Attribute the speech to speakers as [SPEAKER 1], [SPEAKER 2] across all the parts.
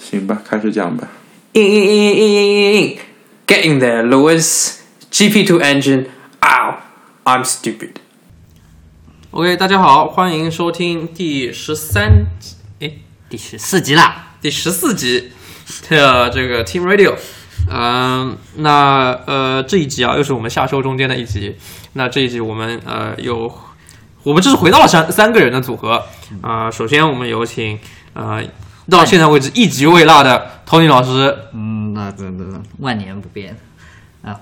[SPEAKER 1] 行吧，开始讲吧。
[SPEAKER 2] 硬硬硬硬硬硬硬硬，Get in there, Lewis. GP2 engine. Ow, I'm stupid. OK，大家好，欢迎收听第十三，哎，
[SPEAKER 3] 第十四集啦，
[SPEAKER 2] 第十四集的这个 Team Radio。嗯，那呃这一集啊，又是我们下周中间的一集。那这一集我们呃又，我们这是回到了三三个人的组合
[SPEAKER 3] 嗯
[SPEAKER 2] 啊、首先我们有请呃到现在为止一集未落的 Tony 老师，
[SPEAKER 3] 嗯，那真的万年不变啊。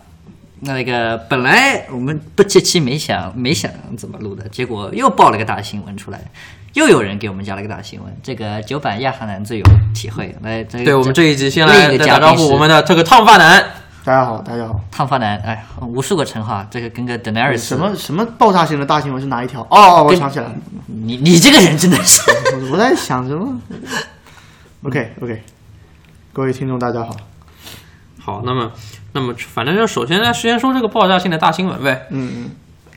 [SPEAKER 3] 那个本来我们不这期没想没想怎么录的，结果又爆了个大新闻出来，又有人给我们加了个大新闻。这个九版亚哈男最有体会，来，这
[SPEAKER 2] 对我们这一集先
[SPEAKER 3] 哎另
[SPEAKER 2] 来
[SPEAKER 3] 一个
[SPEAKER 2] 再
[SPEAKER 3] 嘉
[SPEAKER 2] 打
[SPEAKER 3] 宾
[SPEAKER 2] 招呼，
[SPEAKER 3] 是
[SPEAKER 2] 我们的这个烫发男，
[SPEAKER 4] 大家好，大家好。
[SPEAKER 3] 烫发男，哎，无数个称号啊，这个跟个 Daenerys
[SPEAKER 4] 什么？什么爆炸型的大新闻是哪一条？哦
[SPEAKER 2] 哎
[SPEAKER 4] 哦，我
[SPEAKER 3] 跟
[SPEAKER 4] 想起来了，
[SPEAKER 3] 你你这个人真的 是，
[SPEAKER 4] 我我在想什么？OK OK，各位听众大家好。
[SPEAKER 2] 好，那么那么反正就首先呢，先说这个爆炸性的大新闻呗。
[SPEAKER 4] 嗯，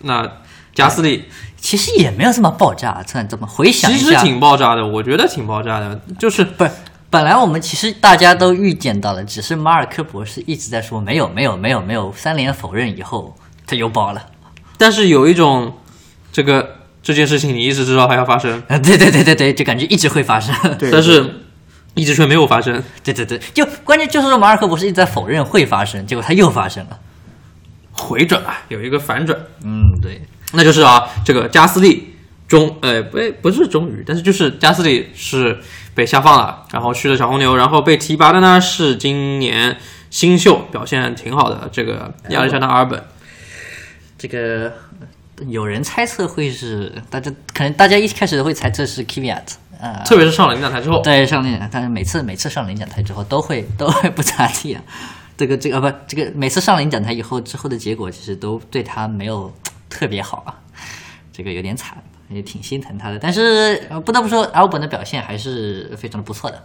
[SPEAKER 2] 那贾斯利
[SPEAKER 3] 其实也没有这么爆炸。突然这么回哎想
[SPEAKER 2] 其
[SPEAKER 3] 一
[SPEAKER 2] 实
[SPEAKER 3] 下，
[SPEAKER 2] 挺爆炸的，我觉得挺爆炸的，就是
[SPEAKER 3] 不是，本来我们其实大家都预见到了，只是马尔科博士一直在说没有没有没有没有三连否认以后，他又爆了。
[SPEAKER 2] 但是有一种这个这件事情你一直知道它要发生，
[SPEAKER 3] 呃对对对对对，就感觉一直会发生。
[SPEAKER 4] 对
[SPEAKER 2] 但是一直却没有发生。
[SPEAKER 3] 对对对，就关键就是说马尔科博士一直在否认会发生，结果他又发生了。
[SPEAKER 2] 回转啊，有一个反转，
[SPEAKER 3] 嗯，对，
[SPEAKER 2] 那就是啊，这个加斯利终呃不不是终于，但是就是加斯利是被下放了，然后去了小红牛，然后被提拔的呢是今年新秀表现挺好的这个亚历山大阿尔本。
[SPEAKER 3] 这个呃有人猜测会是大家可能大家一开始会猜测是 k i v i a t 啊、
[SPEAKER 2] 特别是上了领奖台
[SPEAKER 4] 哦
[SPEAKER 2] 之后，
[SPEAKER 3] 对上领奖，但是每次每次上领奖台之后都会 都会不咋地啊。这个这个啊不，这个每次上领奖台以后之后的结果其实都对他没有特别好啊，这个有点惨，也挺心疼他的。但是、呃不得不说，阿尔本的表现还是非常的不错的，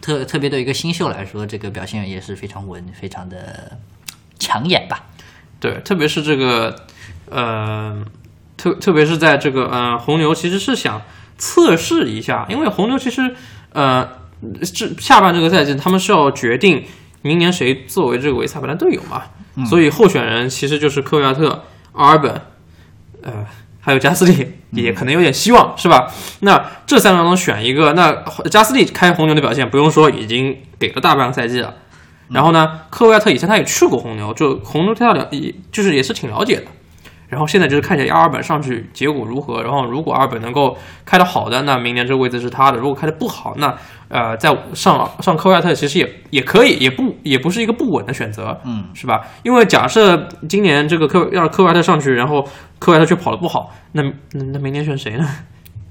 [SPEAKER 3] 特特别对一个新秀来说，这个表现也是非常稳，非常的抢眼吧。
[SPEAKER 2] 对，特别是这个，呃，特特别是在这个呃红牛其实是想测试一下，因为红牛其实呃这下半这个赛季他们是要决定明年谁作为这个维斯塔潘的队友嘛，所以候选人其实就是科维亚特、阿尔本，呃。还有加斯利也可能有点希望，是吧？那这三个当中选一个，那加斯利开红牛的表现不用说，已经给了大半个赛季了。然后呢，科维亚特以前他也去过红牛，就红牛他了也就是也是挺了解的。然后现在就是看起来阿尔本上去结果如何，然后如果阿尔本能够开的好的，那明年这个位置是他的；如果开的不好，那呃在上上科维亚特其实也也可以，也不也不是一个不稳的选择，嗯，是吧？因为假设今年这个科要是科维亚特上去，然后科维亚特却跑的不好，那那那明年选谁呢？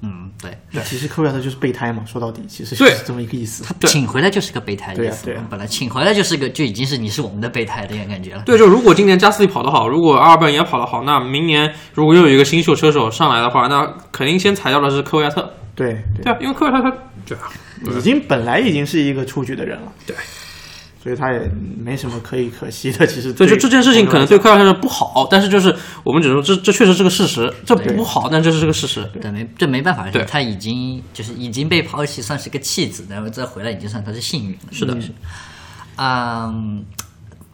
[SPEAKER 3] 嗯，对，
[SPEAKER 4] 其实科维亚特就是备胎嘛，说到底其实
[SPEAKER 2] 对
[SPEAKER 4] 是这么一个 意思。
[SPEAKER 2] 对
[SPEAKER 3] 请回来就是个备胎的
[SPEAKER 4] 对
[SPEAKER 3] 意
[SPEAKER 4] 啊
[SPEAKER 3] 思
[SPEAKER 4] 对啊
[SPEAKER 3] 本来请回来就是个就已经是你是我们的备胎的感觉了。
[SPEAKER 2] 对，就如果今年加斯利跑得好，如果阿尔本也跑得好，那明年如果又有一个新秀车手上来的话，那肯定先裁掉的是科维亚特。
[SPEAKER 4] 对对，
[SPEAKER 2] 对啊，因为科维亚特他对啊，
[SPEAKER 4] 已经本来已经是一个出局的人了。
[SPEAKER 2] 对，
[SPEAKER 4] 所以他也没什么可以可惜的。其实
[SPEAKER 2] 所
[SPEAKER 4] 对，
[SPEAKER 2] 以就这件事情可能对科维亚特不好，但是就是我们只能说这这确实是个事实，这不好，但这是个事实。
[SPEAKER 3] 对，没这没办法，
[SPEAKER 2] 对
[SPEAKER 3] 他已经就是已经被抛弃，算是个弃子，然后再回来已经算他是幸运了。是
[SPEAKER 2] 的，
[SPEAKER 3] 嗯，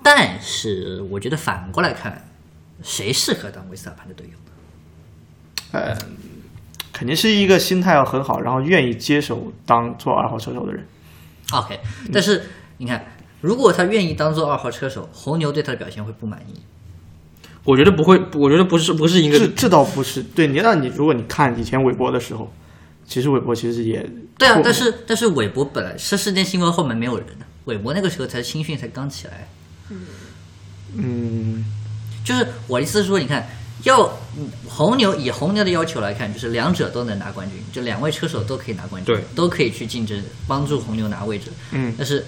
[SPEAKER 3] 但是我觉得反过来看，谁适合当维斯塔潘的队友？
[SPEAKER 4] 呃，肯定是一个心态要很好，然后愿意接手当做二号车手的人。
[SPEAKER 3] OK，但是你看，如果他愿意当做二号车手，红牛对他的表现会不满意。
[SPEAKER 2] 我觉得不会，我觉得不是不是一个
[SPEAKER 4] 这这倒不是，对你，那你如果你看以前韦伯的时候，其实韦伯其实也
[SPEAKER 3] 对啊
[SPEAKER 4] 后，
[SPEAKER 3] 但是但是韦伯本来是世界新闻后面没有人的，啊韦伯那个时候才青训才刚起来。
[SPEAKER 4] 嗯，
[SPEAKER 3] 就是我的意思是说，你看，要嗯红牛以红牛的要求来看，就是两者都能拿冠军，就两位车手都可以拿冠军，
[SPEAKER 2] 对，
[SPEAKER 3] 都可以去竞争，帮助红牛拿位置。
[SPEAKER 4] 嗯，
[SPEAKER 3] 但是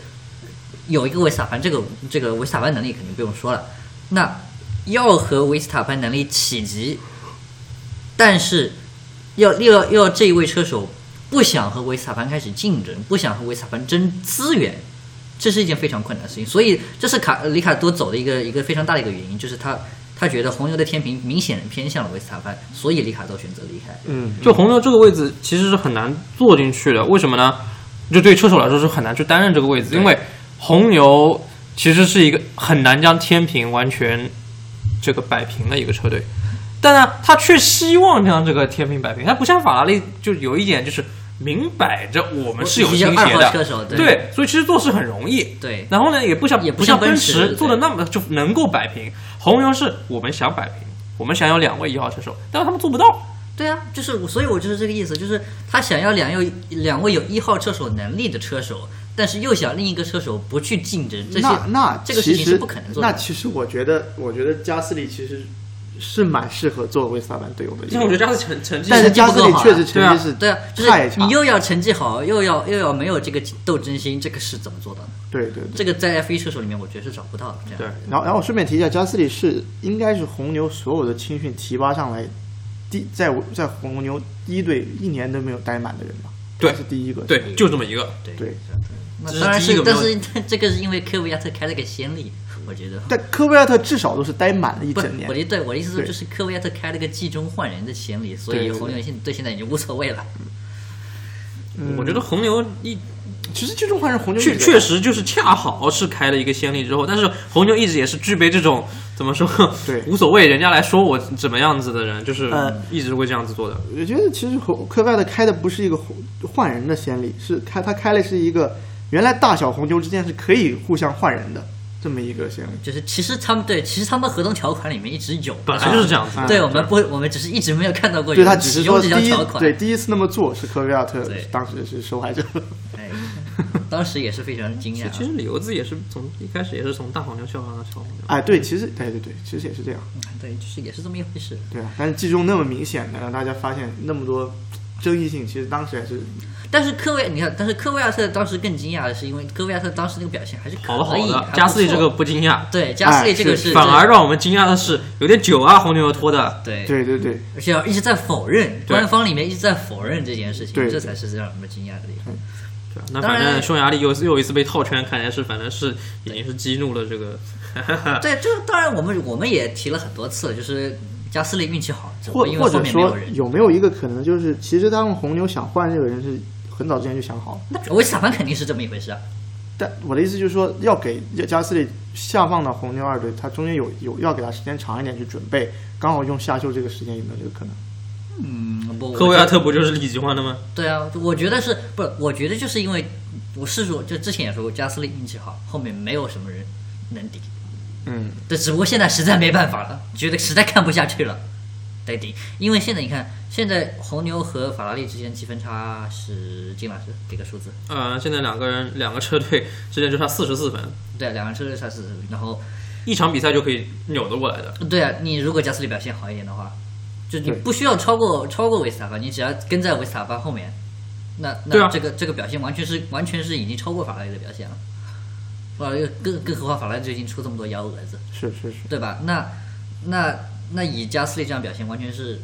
[SPEAKER 3] 有一个维斯塔潘，这个这个维斯塔潘能力肯定不用说了。那要和维斯塔潘能力企及，但是要又要又要这一位车手不想和维斯塔潘开始竞争，不想和维斯塔潘争资源，这是一件非常困难的事情。所以这是卡呃里卡多走的一个一个非常大的一个原因，就是他他觉得红牛的天平明显偏向了维斯塔潘，所以里卡多选择离开。
[SPEAKER 4] 嗯，
[SPEAKER 2] 就红牛这个位置其实是很难坐进去的，为什么呢？就对车手来说是很难去担任这个位置，
[SPEAKER 3] 对
[SPEAKER 2] 因为红牛其实是一个很难将天平完全这个摆平的一个车队，但呢，他却希望将这个天平摆平，他不像法拉利，就有一点就是明摆着我们是有
[SPEAKER 3] 比
[SPEAKER 2] 倾
[SPEAKER 3] 较二
[SPEAKER 2] 斜
[SPEAKER 3] 号
[SPEAKER 2] 的，
[SPEAKER 3] 车手，对
[SPEAKER 2] 对，所以其实做事很容易，
[SPEAKER 3] 对
[SPEAKER 2] 然后呢，也不像
[SPEAKER 3] 也不
[SPEAKER 2] 不像
[SPEAKER 3] 像奔
[SPEAKER 2] 奔
[SPEAKER 3] 驰
[SPEAKER 2] 驰
[SPEAKER 3] 对
[SPEAKER 2] 做的那么就能够摆平，红牛是我们想摆平，我们想要两位一号车手，但是他们做不到，
[SPEAKER 3] 对啊，就是我，所以我就是这个意思，就是他想要两有两位有一号车手能力的车手，但是又想另一个车手不去竞争，这些
[SPEAKER 4] 那那
[SPEAKER 3] 这个事
[SPEAKER 4] 其
[SPEAKER 3] 情
[SPEAKER 4] 实
[SPEAKER 3] 是不可能做
[SPEAKER 4] 那
[SPEAKER 3] 的。
[SPEAKER 4] 其实我觉得，我觉得加斯利其实是蛮适合做维斯塔潘队友的一
[SPEAKER 2] 因为我觉得
[SPEAKER 4] 个，
[SPEAKER 2] 这样子成成绩
[SPEAKER 4] 但是
[SPEAKER 3] 成绩
[SPEAKER 4] 加
[SPEAKER 3] 不
[SPEAKER 4] 斯
[SPEAKER 3] 够
[SPEAKER 4] 利
[SPEAKER 3] 好啊
[SPEAKER 4] 确实成绩是
[SPEAKER 3] 对啊，就是
[SPEAKER 4] 太差
[SPEAKER 3] 你，又要成绩好，又要又要没有这个斗争心，这个是怎么做到的？
[SPEAKER 4] 对对对。
[SPEAKER 3] 这个在 F 一车手里面，我觉得是找不到的。这样
[SPEAKER 2] 对
[SPEAKER 4] 然后，然后我顺便提一下，加斯利是应该是红牛所有的青训提拔上来，第在在红牛第一队一年都没有待满的人吧？
[SPEAKER 2] 对
[SPEAKER 4] 他是第一个。
[SPEAKER 2] 对，就这么一个。
[SPEAKER 3] 对
[SPEAKER 4] 对。
[SPEAKER 3] 那
[SPEAKER 2] 这是
[SPEAKER 3] 当然
[SPEAKER 2] 第一
[SPEAKER 3] 是，
[SPEAKER 2] 个
[SPEAKER 3] 但
[SPEAKER 2] 没
[SPEAKER 3] 是但这个是因为科维亚特开了个先例，我觉得。
[SPEAKER 4] 但科维亚特至少都是待满了一
[SPEAKER 3] 不
[SPEAKER 4] 整，
[SPEAKER 3] 我
[SPEAKER 4] 年。
[SPEAKER 3] 的对我的意思是，
[SPEAKER 4] 对
[SPEAKER 3] 就是科维亚特开了个季中换人的先例，所
[SPEAKER 4] 对
[SPEAKER 3] 以
[SPEAKER 4] 对对
[SPEAKER 3] 红牛现对现在已经无所谓了。
[SPEAKER 4] 嗯
[SPEAKER 2] 我觉得红牛一
[SPEAKER 4] 其实最终换成红牛
[SPEAKER 2] 确
[SPEAKER 4] 队
[SPEAKER 2] 确实就是恰好是开了一个先例之后，但是红牛一直也是具备这种怎么说，
[SPEAKER 4] 对
[SPEAKER 2] 无所谓，人家来说我怎么样子的人，就是
[SPEAKER 4] 呃
[SPEAKER 2] 一直会这样子做的。
[SPEAKER 4] 我觉得其实红科维亚特开的不是一个红换人的先例，是开他开的是一个原来大小红牛之间是可以互相换人的这么一个先例。
[SPEAKER 3] 就是其实他们对，其实他们合同条款里面一直有，
[SPEAKER 2] 本来就是这样子的
[SPEAKER 4] 啊
[SPEAKER 3] 对我们不，我们只是一直没有看到过有
[SPEAKER 4] 对他
[SPEAKER 3] 人
[SPEAKER 4] 只
[SPEAKER 3] 使
[SPEAKER 4] 是
[SPEAKER 3] 用
[SPEAKER 4] 说
[SPEAKER 3] 这条
[SPEAKER 4] 第一
[SPEAKER 3] 条款。
[SPEAKER 4] 对第一次那么做是科维亚特
[SPEAKER 3] 对
[SPEAKER 4] 当时是受害者。
[SPEAKER 3] 哎，当时也是非常惊
[SPEAKER 2] 其
[SPEAKER 3] 讶
[SPEAKER 2] 实。其实理由自己也是从一开始也是从大黄牛效仿到小黄牛。
[SPEAKER 4] 哎，对，其实对对对，其实也是这样。
[SPEAKER 3] 啊对，就是也是这么一回事。
[SPEAKER 4] 对啊，但是季中那么明显的让大家发现那么多争议性，其实当时还是
[SPEAKER 3] 但是科维，你看，但是科维亚特当时更惊讶的是，因为科维亚特当时那个表现还是可
[SPEAKER 2] 好的好
[SPEAKER 3] 以，
[SPEAKER 2] 的
[SPEAKER 3] 还不，错
[SPEAKER 2] 加斯利这个不惊讶，
[SPEAKER 3] 对加斯利
[SPEAKER 4] 哎
[SPEAKER 3] 这个
[SPEAKER 4] 是
[SPEAKER 3] 是
[SPEAKER 2] 反而让我们惊讶的是有点久啊，红牛拖的。
[SPEAKER 3] 对，
[SPEAKER 4] 对对对，
[SPEAKER 3] 而且要一直在否认，
[SPEAKER 2] 对
[SPEAKER 3] 官方里面一直在否认这件事情，
[SPEAKER 4] 对嗯
[SPEAKER 3] 这才是让人们惊讶的地方。
[SPEAKER 2] 对啊那
[SPEAKER 3] 当
[SPEAKER 2] 反
[SPEAKER 3] 然
[SPEAKER 2] 正匈牙利又又一次被套圈，看来是反正是已经是激怒了这个。
[SPEAKER 3] 对，这个当然我们我们也提了很多次，就是加斯利运气好，只不
[SPEAKER 4] 或
[SPEAKER 3] 过因为
[SPEAKER 4] 或
[SPEAKER 3] 后
[SPEAKER 4] 者
[SPEAKER 3] 面没有
[SPEAKER 4] 说
[SPEAKER 3] 人。
[SPEAKER 4] 有没有一个可能就是，其实他们红牛想换这个人是很早之前就想好了，
[SPEAKER 3] 那维斯塔潘肯定是这么一回事啊，
[SPEAKER 4] 但我的意思就是说要给加斯利下放到红牛二队，他中间有有要给他时间长一点去准备，刚好用夏秀这个时间有没有这个可能？
[SPEAKER 3] 嗯，不，
[SPEAKER 2] 科维亚
[SPEAKER 4] 啊
[SPEAKER 3] 我觉得
[SPEAKER 2] 特不就是里吉换的吗？
[SPEAKER 3] 对啊，我觉得是不是？我觉得就是因为我是说，就之前也说过，加斯利运气好，后面没有什么人能顶。
[SPEAKER 4] 嗯，
[SPEAKER 3] 对，只不过现在实在没办法了，觉得实在看不下去了，得顶。 因为现在你看，现在红牛和法拉利之间积分差是金老师给个数字，
[SPEAKER 2] 呃，现在两个人两个车队之间就差四十四分，
[SPEAKER 3] 对，啊两个车队差四十，然后
[SPEAKER 2] 一场比赛就可以扭得过来的。
[SPEAKER 3] 对啊，你如果加斯利表现好一点的话，就你
[SPEAKER 4] 对
[SPEAKER 3] 不需要超过超过维斯塔潘，你只要跟在维斯塔潘后面，那
[SPEAKER 2] 对
[SPEAKER 3] 那
[SPEAKER 2] 啊
[SPEAKER 3] 这个、这个表现完全是完全是已经超过法拉利的表现了。法拉利更更何况法拉利最近出这么多幺蛾子，
[SPEAKER 4] 是是是，
[SPEAKER 3] 对吧？那那那以加斯利这样表现，完全是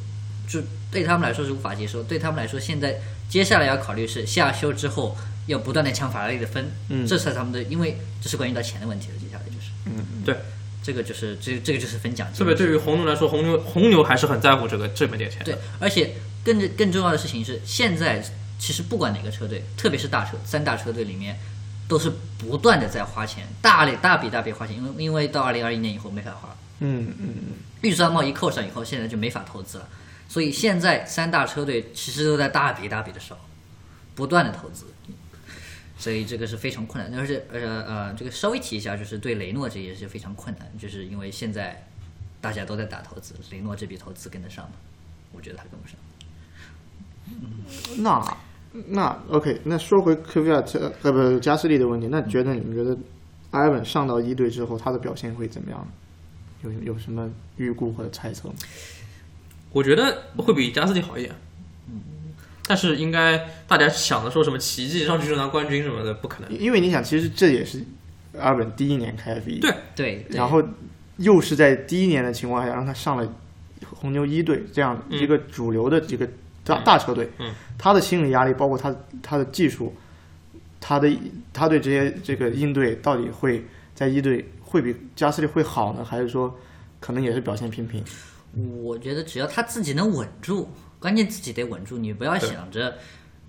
[SPEAKER 3] 就对他们来说是无法接受。对他们来说，现在接下来要考虑是下修之后要不断的抢法拉利的分，
[SPEAKER 4] 嗯
[SPEAKER 3] 这才是他们的，因为这是关于到钱的问题了。接下来就是
[SPEAKER 4] 嗯，
[SPEAKER 2] 对，
[SPEAKER 3] 这个就是这这个就是分奖金，
[SPEAKER 2] 特别对于红牛来说，红牛红牛还是很在乎这个这么点钱的。
[SPEAKER 3] 对，而且更更重要的事情是，现在其实不管哪个车队，特别是大车三大车队里面，都是不断的在花钱，大力大笔大笔花钱，因为因为到二零二一年以后没法花了。
[SPEAKER 4] 嗯嗯嗯，
[SPEAKER 3] 预算贸易扣上以后，现在就没法投资了。所以现在三大车队其实都在大笔大笔的烧，不断的投资，所以这个是非常困难的。而且呃呃，这个稍微提一下，就是对雷诺这也是非常困难，就是因为现在大家都在打投资，雷诺这笔投资跟得上吗？我觉得他跟不上。
[SPEAKER 4] 那那 OK，那说回科维亚特呃不加斯利的问题，那觉得你们觉得埃文上到一队之后，他的表现会怎么样？有有什么预估或者猜测吗？
[SPEAKER 2] 我觉得会比加斯利好一点。
[SPEAKER 3] 嗯
[SPEAKER 2] 但是应该大家想的说什么奇迹上去就拿冠军什么的，不可能。
[SPEAKER 4] 因因为你想，其实这也是阿本第一年开 F 一，
[SPEAKER 2] 对
[SPEAKER 3] 对，对
[SPEAKER 4] 然后又是在第一年的情况下让他上了红牛一队这样
[SPEAKER 2] 嗯
[SPEAKER 4] 一个主流的这个大、大车队，
[SPEAKER 2] 嗯
[SPEAKER 4] 他的心理压力，包括他他的技术，他的他对这些这个应对到底会在一队会比加斯利会好呢，还是说可能也是表现平平？
[SPEAKER 3] 我觉得只要他自己能稳住，关键自己得稳住，你不要想着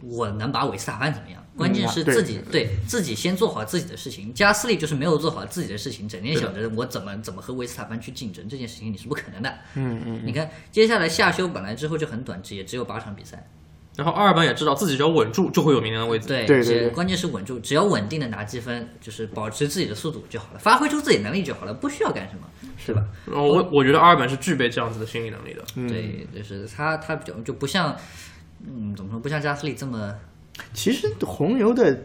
[SPEAKER 3] 我能把韦斯塔潘怎么样？关键是
[SPEAKER 4] 嗯对
[SPEAKER 3] 自己、对自己先做好自己的事情。加斯利就是没有做好自己的事情，整天想着我怎么怎么和维斯塔潘去竞争，这件事情你是不可能的。
[SPEAKER 4] 嗯嗯，
[SPEAKER 3] 你看，接下来夏休本来之后就很短，只也只有八场比赛，
[SPEAKER 2] 然后阿尔班也知道自己只要稳住就会有明年的位置。
[SPEAKER 3] 对，
[SPEAKER 4] 对对
[SPEAKER 3] 只
[SPEAKER 4] 对
[SPEAKER 3] 关键是稳住，只要稳定的拿积分，就是保持自己的速度就好了，发挥出自己能力就好了，不需要干什么，对吧？
[SPEAKER 2] 然后我我觉得阿尔本是具备这样子的心理能力的。
[SPEAKER 4] 嗯
[SPEAKER 3] 对，就是他他比较就不像，嗯，怎么说，不像加斯利这么
[SPEAKER 4] 其实红牛的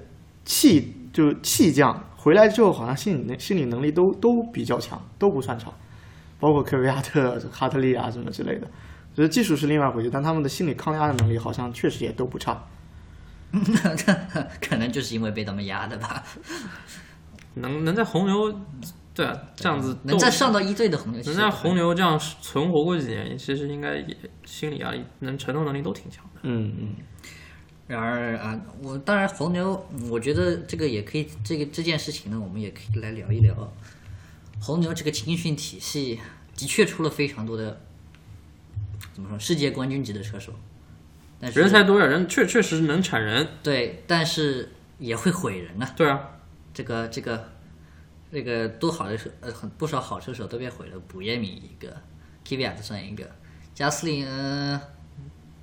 [SPEAKER 4] 气就气将回来之后，好像心理能心理能力都都比较强，都不算差，包括科维亚特、 哈特利啊什么之类的。就是技术是另外一回事，但他们的心理抗压的能力好像确实也都不差。
[SPEAKER 3] 可能就是因为被他们压的吧。
[SPEAKER 2] 能能在红牛，对啊，这样子
[SPEAKER 3] 能
[SPEAKER 2] 斗
[SPEAKER 3] 再上到一队的红牛，
[SPEAKER 2] 能在红，牛这样存活过几年，其实应该也心理压力能承受能力都挺强的。
[SPEAKER 4] 嗯嗯，
[SPEAKER 3] 然而啊，我当然红牛，嗯我觉得这个也可以，这个这件事情呢，我们也可以来聊一聊。红牛这个青训体系的确出了非常多的，怎么说，世界冠军级的车手，但是
[SPEAKER 2] 人才多呀，人确确实能产人。
[SPEAKER 3] 对，但是也会毁人啊。
[SPEAKER 2] 对啊，
[SPEAKER 3] 这个这个这个多好的车，呃，很不少好车手都被毁了。补耶米一个 k i v i a 算一个，加斯林呃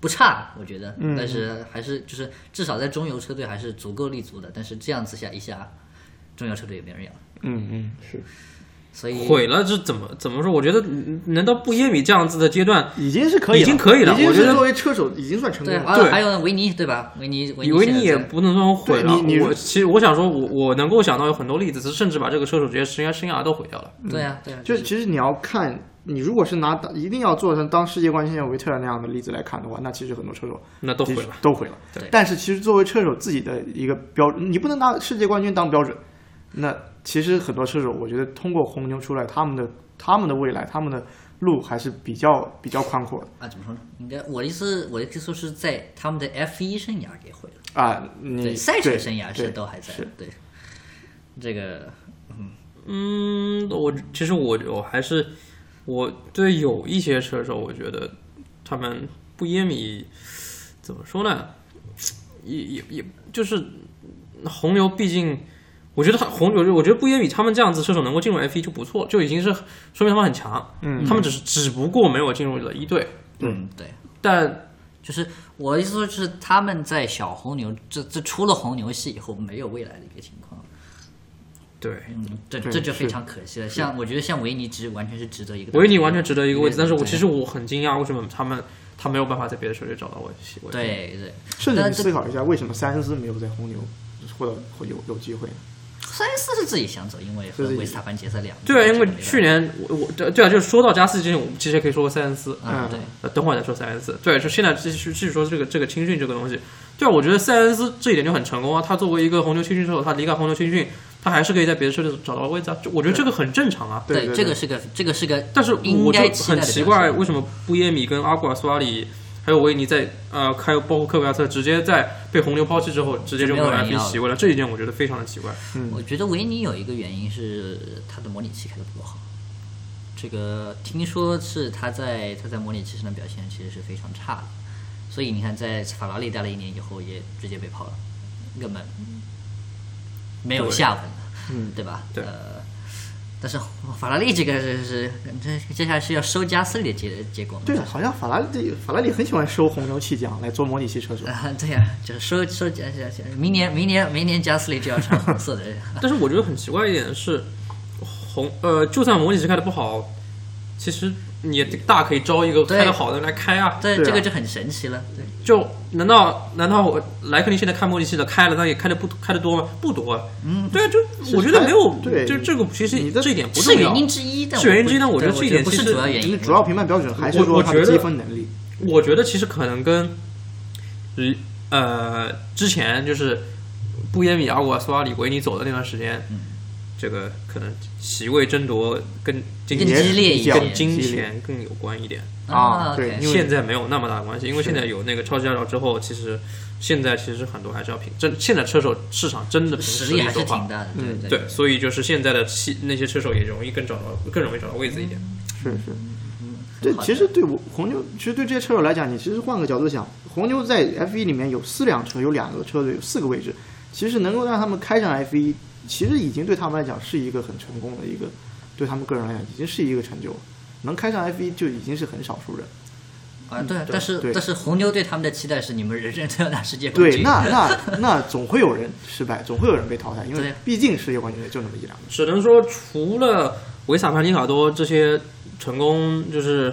[SPEAKER 3] 不差，我觉得，但是还是就是至少在中游车队还是足够立足的。但是这样子下一下，中游车队也没人要，
[SPEAKER 4] 嗯嗯，是，
[SPEAKER 3] 所以
[SPEAKER 2] 毁了这怎么怎么说？我觉得嗯能到布耶米这样子的阶段，
[SPEAKER 4] 已经是可以了，
[SPEAKER 2] 已经可以了
[SPEAKER 4] 已经
[SPEAKER 2] 我觉
[SPEAKER 4] 是
[SPEAKER 2] 得
[SPEAKER 4] 作为车手已经算成功
[SPEAKER 3] 对，
[SPEAKER 4] 了。
[SPEAKER 3] 还有
[SPEAKER 2] 对
[SPEAKER 3] 还有维尼对吧？维尼维尼
[SPEAKER 2] 以为
[SPEAKER 3] 现在
[SPEAKER 2] 你也
[SPEAKER 3] 在
[SPEAKER 2] 不能说毁了。
[SPEAKER 4] 对你你
[SPEAKER 2] 我其实我想说我，我能够想到有很多例子，甚至把这个射手职业生涯生涯都毁掉了。
[SPEAKER 3] 对啊对啊，
[SPEAKER 4] 就其实你要看，你如果是拿当一定要做成当世界冠军像维特尔那样的例子来看的话，那其实很多车手
[SPEAKER 2] 那都毁
[SPEAKER 4] 的确
[SPEAKER 2] 了。
[SPEAKER 4] 都毁了。
[SPEAKER 3] 对
[SPEAKER 4] 但是其实作为车手自己的一个标准，你不能拿世界冠军当标准。那其实很多车手，我觉得通过红牛出来，他们的他们的未来，他们的路还是比较比较宽阔的
[SPEAKER 3] 啊怎么说呢？应该我的意思我的意思说是在他们的 F 一生涯给毁了。
[SPEAKER 4] 啊。你
[SPEAKER 3] 对，赛车
[SPEAKER 4] 对
[SPEAKER 3] 生涯是
[SPEAKER 4] 对
[SPEAKER 3] 都还在
[SPEAKER 4] 是。
[SPEAKER 3] 对，这个
[SPEAKER 2] 嗯，我其实我我还是我对有一些车手，我觉得他们不耶米怎么说呢？也也也就是红牛，毕竟我觉得他红牛，我觉得不耶米他们这样子车手能够进入 F 一就不错，就已经是说明他们很强。嗯，他们只是只不过没有进入了一队，
[SPEAKER 3] 嗯，对，
[SPEAKER 2] 但
[SPEAKER 3] 就是我的意思说，就是他们在小红牛这这出了红牛系以后没有未来的一个情况，
[SPEAKER 2] 对。
[SPEAKER 3] 嗯，这
[SPEAKER 4] 对
[SPEAKER 3] 这就是非常可惜了。像我觉得像维尼值完全是值得一个，
[SPEAKER 2] 维尼完全值得一个位置，但是我
[SPEAKER 3] 对
[SPEAKER 2] 其实我很惊讶，为什么他们他没有办法在别的球队找到位置？位置，
[SPEAKER 3] 对对，
[SPEAKER 4] 甚至
[SPEAKER 3] 但
[SPEAKER 4] 你
[SPEAKER 3] 这
[SPEAKER 4] 思考一下，为什么塞恩斯没有在红牛获得获有有机会？
[SPEAKER 3] 塞恩斯是自己想走，因为和
[SPEAKER 4] 就是
[SPEAKER 3] 维斯塔潘决赛两
[SPEAKER 2] 对啊，
[SPEAKER 3] 两
[SPEAKER 2] 因为
[SPEAKER 3] 场没
[SPEAKER 2] 去
[SPEAKER 3] 办
[SPEAKER 2] 年我我对对啊，就是说到加斯利之前，我们其实也可以说过塞恩斯，
[SPEAKER 3] 法啊，
[SPEAKER 4] 嗯
[SPEAKER 3] 对，
[SPEAKER 2] 呃，等会儿再说塞恩斯。对，就现在继续继续说这个这个青训这个东西。对啊，我觉得塞恩斯这一点就很成功啊。他作为一个红牛青训车手，他离开红牛青训，他还是可以在别的车队找到位置啊。就我觉得这个很正常啊。
[SPEAKER 4] 对对
[SPEAKER 3] 这
[SPEAKER 4] 对
[SPEAKER 3] 个是个这个是个，
[SPEAKER 2] 但是
[SPEAKER 3] 应
[SPEAKER 2] 我就
[SPEAKER 3] 该期待
[SPEAKER 2] 很
[SPEAKER 3] 的
[SPEAKER 2] 奇
[SPEAKER 3] 表
[SPEAKER 2] 怪，
[SPEAKER 3] 现
[SPEAKER 2] 为什么布耶米跟阿古尔苏阿里还有维尼在呃，还有包括科维亚特，直接在被红牛抛弃之后，直接就
[SPEAKER 3] 没
[SPEAKER 2] 没有
[SPEAKER 3] 有人
[SPEAKER 2] F 一
[SPEAKER 3] 要了
[SPEAKER 2] 席位了。这一点我觉得非常的奇怪。
[SPEAKER 4] 嗯
[SPEAKER 3] 我觉得维尼有一个原因是他的模拟器开的不够好，这个听说是他在他在模拟器上的表现其实是非常差的，所以你看在法拉利待了一年以后也直接被抛了，根本没有
[SPEAKER 2] 对
[SPEAKER 3] 下文了，
[SPEAKER 4] 嗯
[SPEAKER 3] 对吧？
[SPEAKER 2] 对
[SPEAKER 3] 呃，但是法拉利这个是是这接下来是要收加斯利的结结果吗？
[SPEAKER 4] 对啊，好像法拉利法拉利很喜欢收红牛弃将来做模拟器车手。
[SPEAKER 3] 啊，对呀、就是收收加加加，明年明年明年加斯利就要穿红色的
[SPEAKER 2] 但是我觉得很奇怪一点是，红呃，就算模拟器开的不好，其实你也大可以招一个
[SPEAKER 3] 对
[SPEAKER 2] 开的好的来开啊。
[SPEAKER 3] 对，
[SPEAKER 4] 对啊
[SPEAKER 3] 这个就很神奇了。对，
[SPEAKER 2] 就难道难道我莱克利现在开模拟器的开了，那也开的不开的多吗？不多。嗯，对啊，就我觉得没有，
[SPEAKER 4] 对
[SPEAKER 2] 就这个其实
[SPEAKER 4] 你的
[SPEAKER 2] 这一点不
[SPEAKER 3] 是
[SPEAKER 2] 重要
[SPEAKER 3] 原。因之一，但
[SPEAKER 2] 是
[SPEAKER 3] 我
[SPEAKER 2] 原因
[SPEAKER 3] 不
[SPEAKER 2] 之一但我觉
[SPEAKER 3] 对
[SPEAKER 2] 得
[SPEAKER 3] 我
[SPEAKER 2] 这一
[SPEAKER 3] 觉得
[SPEAKER 2] 点
[SPEAKER 3] 不
[SPEAKER 2] 其
[SPEAKER 3] 是
[SPEAKER 2] 实
[SPEAKER 3] 主要原因。
[SPEAKER 4] 主要评判标准还是
[SPEAKER 2] 我
[SPEAKER 4] 说
[SPEAKER 2] 我
[SPEAKER 4] 他的
[SPEAKER 2] 觉得
[SPEAKER 4] 积分能力。
[SPEAKER 2] 我觉得其实可能跟，嗯呃，之前就是布耶米、阿古尔苏阿里、维尼走的那段时间，
[SPEAKER 4] 嗯
[SPEAKER 2] 这个可能席位争夺跟金
[SPEAKER 3] 更
[SPEAKER 2] 钱
[SPEAKER 3] 激烈一
[SPEAKER 2] 跟
[SPEAKER 3] 点
[SPEAKER 2] 金
[SPEAKER 4] 激烈
[SPEAKER 2] 钱更有关一点。
[SPEAKER 4] 啊对
[SPEAKER 3] OK
[SPEAKER 4] 因为
[SPEAKER 2] 现在没有那么大的关系，因为
[SPEAKER 4] 是
[SPEAKER 2] 现在有那个超级驾照之后，其实现在其实很多还是要凭真，现在车手市场真的凭
[SPEAKER 3] 实
[SPEAKER 2] 实
[SPEAKER 3] 力还
[SPEAKER 2] 说
[SPEAKER 3] 是挺
[SPEAKER 2] 话。
[SPEAKER 3] 大的，
[SPEAKER 4] 嗯
[SPEAKER 3] 对
[SPEAKER 2] 对，所以就是现在的汽那些车手也容易更找到更容易找到位子一点。
[SPEAKER 4] 是是，对
[SPEAKER 3] 很，好的。
[SPEAKER 4] 其实对我红牛，其实对这些车手来讲，你其实换个角度想，红牛在 F 1里面有四辆车，有两个车队，有四个位置，其实能够让他们开上 F 1其实已经对他们来讲是一个很成功的一个，对他们个人来讲已经是一个成就了，能开上 F 1就已经是很少数人。
[SPEAKER 3] 啊，对啊，
[SPEAKER 4] 对
[SPEAKER 3] 但是
[SPEAKER 4] 对
[SPEAKER 3] 但是红牛对他们的期待是你们人人都要拿世界冠
[SPEAKER 4] 对，
[SPEAKER 3] 军。
[SPEAKER 4] 那那那总会有人失败，总会有人被淘汰，因
[SPEAKER 3] 对
[SPEAKER 4] 为毕竟世界冠军也就那么一两个。
[SPEAKER 2] 只能说除了维萨潘尼卡多这些成功，就是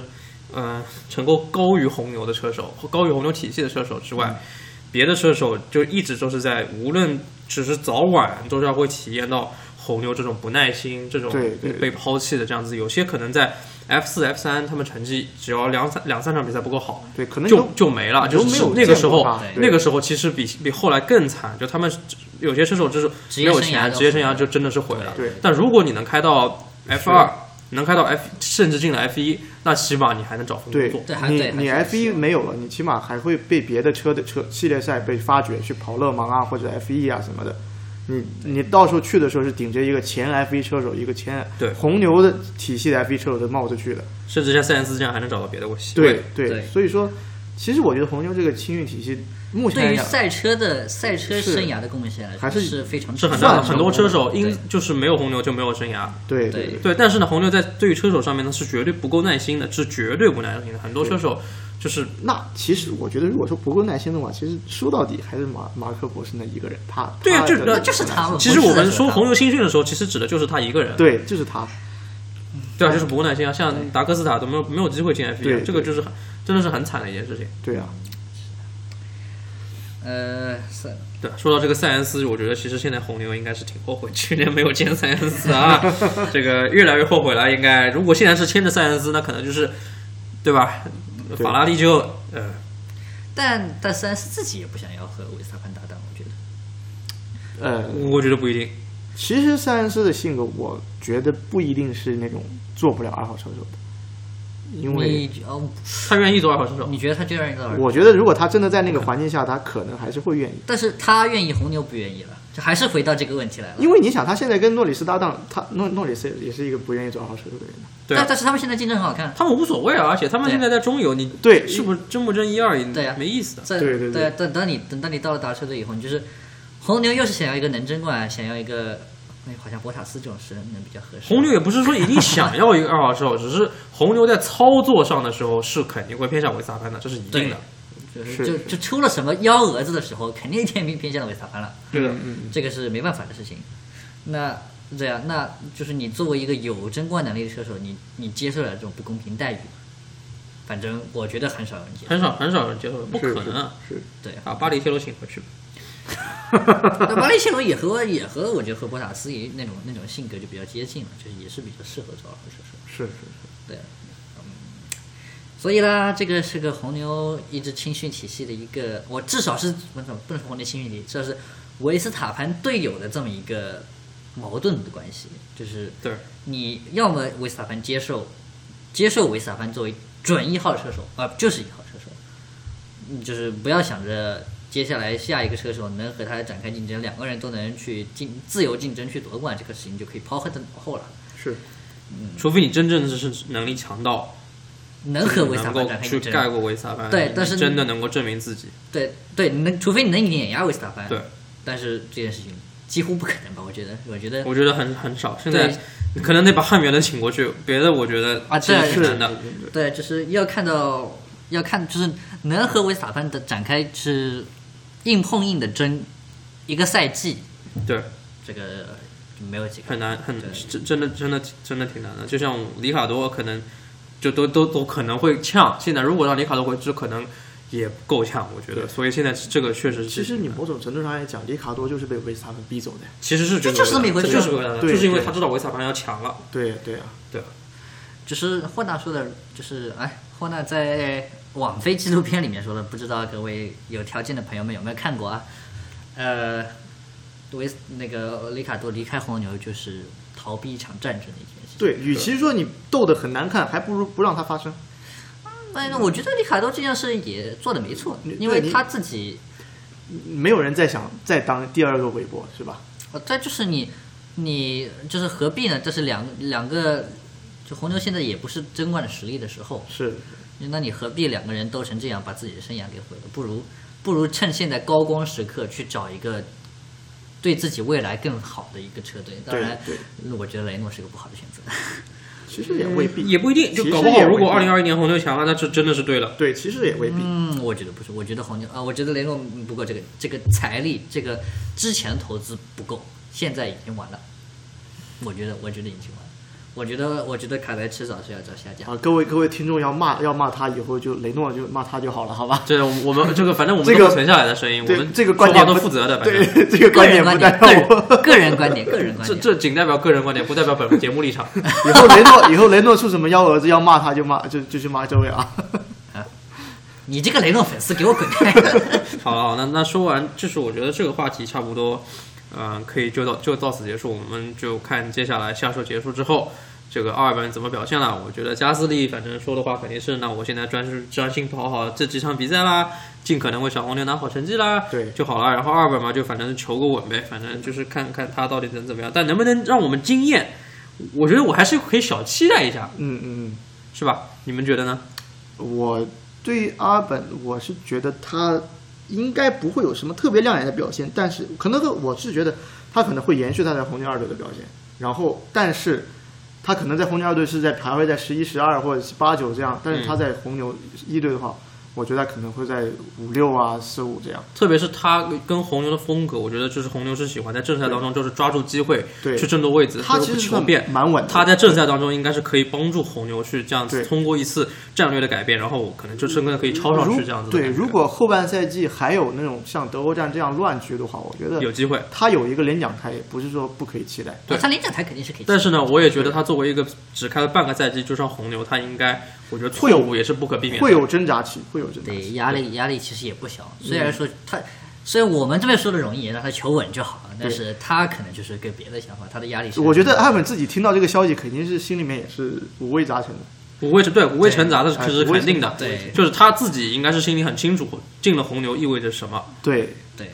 [SPEAKER 2] 嗯、呃成功高于红牛的车手，高于红牛体系的车手之外，
[SPEAKER 4] 嗯
[SPEAKER 2] 别的车手就一直都是在，无论只是早晚，都是要会体验到红牛这种不耐心，这种
[SPEAKER 4] 对对对
[SPEAKER 2] 被抛弃的这样子。有些可能在 F 四、F 三，他们成绩只要两三两三场比赛不够好，
[SPEAKER 4] 对，可能
[SPEAKER 2] 就
[SPEAKER 4] 有
[SPEAKER 2] 就没了，
[SPEAKER 4] 你
[SPEAKER 2] 就
[SPEAKER 4] 都没
[SPEAKER 2] 是
[SPEAKER 4] 有
[SPEAKER 2] 那个时
[SPEAKER 4] 见过
[SPEAKER 2] 候
[SPEAKER 4] 他，
[SPEAKER 3] 对
[SPEAKER 2] 那个时候其实比比后来更惨，就他们有些车手就是
[SPEAKER 3] 职
[SPEAKER 2] 没
[SPEAKER 3] 业
[SPEAKER 2] 有
[SPEAKER 3] 生涯
[SPEAKER 2] 钱，
[SPEAKER 3] 都
[SPEAKER 2] 职业生
[SPEAKER 3] 毁
[SPEAKER 2] 涯
[SPEAKER 3] 了
[SPEAKER 2] 就真的是毁了。
[SPEAKER 4] 对
[SPEAKER 2] 但如果你能开到 F 二，能开到 F，甚至进了 F 一，那起码你还能找份工
[SPEAKER 4] 对
[SPEAKER 2] 作。
[SPEAKER 3] 对还对
[SPEAKER 4] 你
[SPEAKER 3] 还
[SPEAKER 4] 你
[SPEAKER 3] 是有
[SPEAKER 4] F 一
[SPEAKER 3] 希望
[SPEAKER 4] 没有了，你起码还会被别的车的车系列赛被发掘去跑勒芒啊或者 F 一啊什么的。你你到时候去的时候是顶着一个前 F 一车手，一个前
[SPEAKER 2] 对
[SPEAKER 4] 红牛的体系的 F 一车手的帽子去的。
[SPEAKER 2] 甚至像塞恩斯这样还能找到别的戏。
[SPEAKER 4] 对对
[SPEAKER 3] 对
[SPEAKER 4] 所以说，其实我觉得红牛这个青运体系目前
[SPEAKER 3] 对
[SPEAKER 4] 来
[SPEAKER 3] 于
[SPEAKER 4] 讲，
[SPEAKER 3] 赛车的赛车
[SPEAKER 4] 是
[SPEAKER 3] 生涯的贡献来说
[SPEAKER 4] 还是
[SPEAKER 3] 是非常
[SPEAKER 2] 是很
[SPEAKER 4] 算
[SPEAKER 2] 大的，
[SPEAKER 4] 是
[SPEAKER 2] 很多车手
[SPEAKER 3] 对
[SPEAKER 2] 因就是没有红牛就没有生涯。
[SPEAKER 4] 对
[SPEAKER 3] 对
[SPEAKER 4] 对
[SPEAKER 2] 对，但是呢，红牛在对于车手上面呢是绝对不够耐心的，是绝对不耐心的。很多车手就是
[SPEAKER 4] 那其实我觉得，如果说不够耐心的话，其实说到底还是马马可博士那一个人，他
[SPEAKER 2] 对啊
[SPEAKER 4] 他
[SPEAKER 2] 就
[SPEAKER 4] 的
[SPEAKER 2] 那
[SPEAKER 3] 就是他嘛
[SPEAKER 2] 其实我们说
[SPEAKER 3] 我是在说他
[SPEAKER 2] 红牛新训的时候，其实指的就是他一个人。
[SPEAKER 4] 对，就是他。
[SPEAKER 2] 对啊，就是不够耐心啊，像达科斯塔都没有没有机会进 F
[SPEAKER 4] 对
[SPEAKER 2] 一，这个就是很真的是很惨的一件事情。
[SPEAKER 4] 对啊，
[SPEAKER 3] 呃是
[SPEAKER 2] 对，说到这个塞恩斯，我觉得其实现在红牛应该是挺后悔去年没有签塞恩斯啊，这个越来越后悔了。应该如果现在是签着塞恩斯，那可能就是对吧？
[SPEAKER 4] 对
[SPEAKER 2] 法拉利就呃，
[SPEAKER 3] 但但塞恩斯自己也不想要和维斯塔潘搭档，我觉得。
[SPEAKER 4] 呃，
[SPEAKER 2] 我觉得不一定。
[SPEAKER 4] 其实塞恩斯的性格，我觉得不一定是那种做不了二号车手的，因为
[SPEAKER 3] 你哦，
[SPEAKER 2] 他愿意做二号车手，
[SPEAKER 3] 你觉得他就让一个
[SPEAKER 4] 我觉得如果他真的在那个环境下，他可能还是会愿意。
[SPEAKER 3] 但是他愿意红牛不愿意了，就还是回到这个问题来了。
[SPEAKER 4] 因为你想，他现在跟诺里斯搭档，他诺诺里斯也是一个不愿意做二号车手的人。
[SPEAKER 2] 对啊
[SPEAKER 3] 但但是他们现在竞争很好看，
[SPEAKER 2] 他们无所谓啊，而且他们现在在中游，你
[SPEAKER 4] 对
[SPEAKER 2] 是不是争不争一二，
[SPEAKER 3] 对啊
[SPEAKER 2] 没意思的。
[SPEAKER 3] 在
[SPEAKER 4] 对对对
[SPEAKER 3] 等等你等到你到了达车队以后，你就是红牛又是想要一个能争冠，想要一个哎好像博塔斯这种身能比较合适。
[SPEAKER 2] 红牛也不是说一定想要一个二号车手，只是红牛在操作上的时候是肯定会偏向维斯塔潘的，这是一定的。
[SPEAKER 3] 就是
[SPEAKER 4] 是
[SPEAKER 3] 就是就出了什么幺蛾子的时候，肯定天平偏向了维斯塔潘了。
[SPEAKER 2] 对的，
[SPEAKER 4] 嗯，
[SPEAKER 3] 这个是没办法的事情。那对啊，那就是你作为一个有争冠能力的车手，你你接受了这种不公平待遇，反正我觉得很少人接受。
[SPEAKER 2] 很少很少人接受的，不
[SPEAKER 4] 是
[SPEAKER 2] 可能啊！
[SPEAKER 4] 是是
[SPEAKER 3] 对啊，
[SPEAKER 2] 把巴黎铁路请回去吧。
[SPEAKER 3] 那巴黎切罗也和也和我觉得和博塔斯也那种那种性格就比较接近了，就是也是比较适合做二号车手。
[SPEAKER 4] 是是
[SPEAKER 3] 对啊，嗯，所以啦，这个是个红牛一支青训体系的一个，我至少是不能不能说红牛青训体系，至少是维斯塔潘队友的这么一个矛盾的关系，就是
[SPEAKER 2] 对，
[SPEAKER 3] 你要么维斯塔潘接受接受维斯塔潘作为准一号车手啊、就是一号车手，嗯就是不要想着接下来下一个车手能和他展开竞争，两个人都能去竞自由竞争去夺冠，这个事情就可以抛开他脑后了。
[SPEAKER 4] 是，
[SPEAKER 2] 除非你真正的是能力强到
[SPEAKER 3] 能和维斯塔
[SPEAKER 2] 能
[SPEAKER 3] 潘
[SPEAKER 2] 够
[SPEAKER 3] 展开
[SPEAKER 2] 去
[SPEAKER 3] 竞争，
[SPEAKER 2] 盖过维斯塔潘，
[SPEAKER 3] 对
[SPEAKER 2] 你
[SPEAKER 3] 但是
[SPEAKER 2] 真的能够证明自己，
[SPEAKER 3] 对对，能除非你能碾压维斯塔潘，
[SPEAKER 2] 对，
[SPEAKER 3] 但是这件事情几乎不可能吧？我觉得，我觉得
[SPEAKER 2] 我觉得很很少。现
[SPEAKER 3] 对
[SPEAKER 2] 在你可能得把汉密尔顿请过去，别的我觉得
[SPEAKER 3] 啊
[SPEAKER 2] 其实
[SPEAKER 3] 对
[SPEAKER 2] 挺
[SPEAKER 4] 是
[SPEAKER 2] 难的。
[SPEAKER 3] 对，就是要看到要看，就是能和维斯塔潘的展开是硬碰硬的争一个赛季，
[SPEAKER 2] 对，
[SPEAKER 3] 这个没有几个
[SPEAKER 2] 很难，很
[SPEAKER 3] 对
[SPEAKER 2] 真真的真的真的挺难的。就像里卡多可能就都都都可能会呛，现在如果让里卡多回去，可能也够呛，我觉得。所以现在这个确实是，
[SPEAKER 4] 其实你某种程度上来讲，里卡多就是被维斯塔潘逼走的。
[SPEAKER 2] 其实是
[SPEAKER 3] 这
[SPEAKER 2] 觉得
[SPEAKER 3] 就是
[SPEAKER 2] 为
[SPEAKER 3] 美
[SPEAKER 2] 难
[SPEAKER 3] 国
[SPEAKER 2] 这
[SPEAKER 3] 队
[SPEAKER 2] 就是为难的，
[SPEAKER 4] 对
[SPEAKER 2] 就是因为
[SPEAKER 4] 对
[SPEAKER 2] 他知道维斯塔潘要强了。
[SPEAKER 4] 对对啊，
[SPEAKER 2] 对，
[SPEAKER 3] 就是霍纳说的，就是哎，霍纳在网飞纪录片里面说的，不知道各位有条件的朋友们有没有看过啊？呃，维斯那个里卡多离开红牛就是逃避一场战争的一件事情。
[SPEAKER 4] 对，与其说你斗得很难看，还不如不让它发生。
[SPEAKER 3] 但我觉得里卡多这件事也做的没错，
[SPEAKER 4] 你
[SPEAKER 3] 因为
[SPEAKER 4] 对
[SPEAKER 3] 他自己，
[SPEAKER 4] 没有人再想再当第二个韦伯，是吧？
[SPEAKER 3] 呃，再就是你，你就是何必呢？这是两两个就红牛现在也不是争冠的实力的时候，
[SPEAKER 4] 是
[SPEAKER 3] 那你何必两个人斗成这样，把自己的生涯给毁了？不如不如趁现在高光时刻去找一个对自己未来更好的一个车队。当然，
[SPEAKER 4] 对
[SPEAKER 3] 我觉得雷诺是个不好的选择。
[SPEAKER 4] 其实嗯也未必，
[SPEAKER 2] 也不一定，就
[SPEAKER 4] 其实
[SPEAKER 2] 搞不好
[SPEAKER 4] 也未
[SPEAKER 2] 如果
[SPEAKER 4] 必
[SPEAKER 2] 二零二一年红牛强了，那这真的是对了。
[SPEAKER 4] 对，其实也未必。
[SPEAKER 3] 嗯，我觉得不是，我觉得红牛啊，我觉得雷诺不够这个这个财力，这个之前投资不够，现在已经完了。我觉得，我觉得已经完了。我觉得，我觉得卡莱迟早是要找下家。
[SPEAKER 4] 啊，各位各位听众要骂要骂他，以后就雷诺就骂他就好了，好吧？
[SPEAKER 2] 这我们这个反正我们
[SPEAKER 4] 这个
[SPEAKER 2] 都存下来的声音，我
[SPEAKER 4] 对
[SPEAKER 2] 们
[SPEAKER 4] 这个
[SPEAKER 2] 说
[SPEAKER 4] 观
[SPEAKER 2] 话
[SPEAKER 4] 点
[SPEAKER 2] 都
[SPEAKER 4] 不
[SPEAKER 2] 负责的，反正
[SPEAKER 4] 对，这个
[SPEAKER 3] 个
[SPEAKER 4] 观
[SPEAKER 3] 人
[SPEAKER 4] 点不
[SPEAKER 3] 观
[SPEAKER 4] 代
[SPEAKER 3] 点，
[SPEAKER 4] 表
[SPEAKER 3] 个
[SPEAKER 4] 我。
[SPEAKER 3] 人个人观点，个人 观
[SPEAKER 2] 这
[SPEAKER 3] 点。
[SPEAKER 2] 这仅代表个人观点，不代表本节目立场。
[SPEAKER 4] 以后雷诺以后雷诺出什么幺蛾子要骂他就骂就就去骂周伟啊。
[SPEAKER 3] 你这个雷诺粉丝给我滚开！
[SPEAKER 2] 好了，好那那说完，就是我觉得这个话题差不多，嗯、可以就到就到此结束。我们就看接下来下周结束之后，这个二本怎么表现了。我觉得加斯利反正说的话肯定是，那我现在专注专心跑好这几场比赛啦，尽可能为小红牛拿好成绩啦，
[SPEAKER 4] 对
[SPEAKER 2] 就好了。然后二本嘛，就反正求个稳呗，反正就是看看他到底能怎么样，但能不能让我们惊艳，我觉得我还是可以小期待一下，
[SPEAKER 4] 嗯嗯，
[SPEAKER 2] 是吧？你们觉得呢？
[SPEAKER 4] 嗯，我对阿本我是觉得他应该不会有什么特别亮眼的表现，但是可能我是觉得他可能会延续他在红牛二队的表现，然后但是。他可能在红牛二队是在徘徊在十一、十二或者八九这样，但
[SPEAKER 2] 嗯
[SPEAKER 4] 是他在红牛一队的话，我觉得他可能会在五六啊、四五这样。
[SPEAKER 2] 特别是他跟红牛的风格，我觉得就是红牛是喜欢在正赛当中就是抓住机会
[SPEAKER 4] 对
[SPEAKER 2] 去争夺位子，
[SPEAKER 4] 他
[SPEAKER 2] 就是
[SPEAKER 4] 其
[SPEAKER 2] 不
[SPEAKER 4] 实
[SPEAKER 2] 求
[SPEAKER 4] 算
[SPEAKER 2] 变。
[SPEAKER 4] 蛮稳的，
[SPEAKER 2] 他在正赛当中应该是可以帮助红牛去这样子
[SPEAKER 4] 对
[SPEAKER 2] 通过一次战略的改变，然后我可能就甚至可以超上去
[SPEAKER 4] 如
[SPEAKER 2] 这样子的感
[SPEAKER 4] 对，
[SPEAKER 2] 觉。
[SPEAKER 4] 如果后半赛季还有那种像德国站这样乱局的话，我觉得
[SPEAKER 2] 有机会，
[SPEAKER 4] 他有一个领奖台，也不是说不可以期待。
[SPEAKER 2] 对
[SPEAKER 3] 他领奖台肯定是可以。
[SPEAKER 2] 但是呢，我也觉得他作为一个只开了半个赛季就上红牛，他应该我觉得
[SPEAKER 4] 会
[SPEAKER 2] 错
[SPEAKER 4] 有
[SPEAKER 2] 误也是不可避免的。
[SPEAKER 4] 会有挣扎期，会有挣扎期。
[SPEAKER 3] 对压力压力其实也不小，虽然说他，虽然我们这边说的容易，让他求稳就好了，但是他可能就是跟别的想法，他的压力是。
[SPEAKER 4] 我觉得艾文自己听到这个消息，肯定是心里面也是五味杂陈的。
[SPEAKER 2] 五味陈对五味陈杂的这是
[SPEAKER 4] 哎五味
[SPEAKER 2] 肯定的，
[SPEAKER 3] 陈杂对
[SPEAKER 2] 就是他自己应该是心里很清楚进了红牛意味着什么。
[SPEAKER 4] 对，
[SPEAKER 3] 对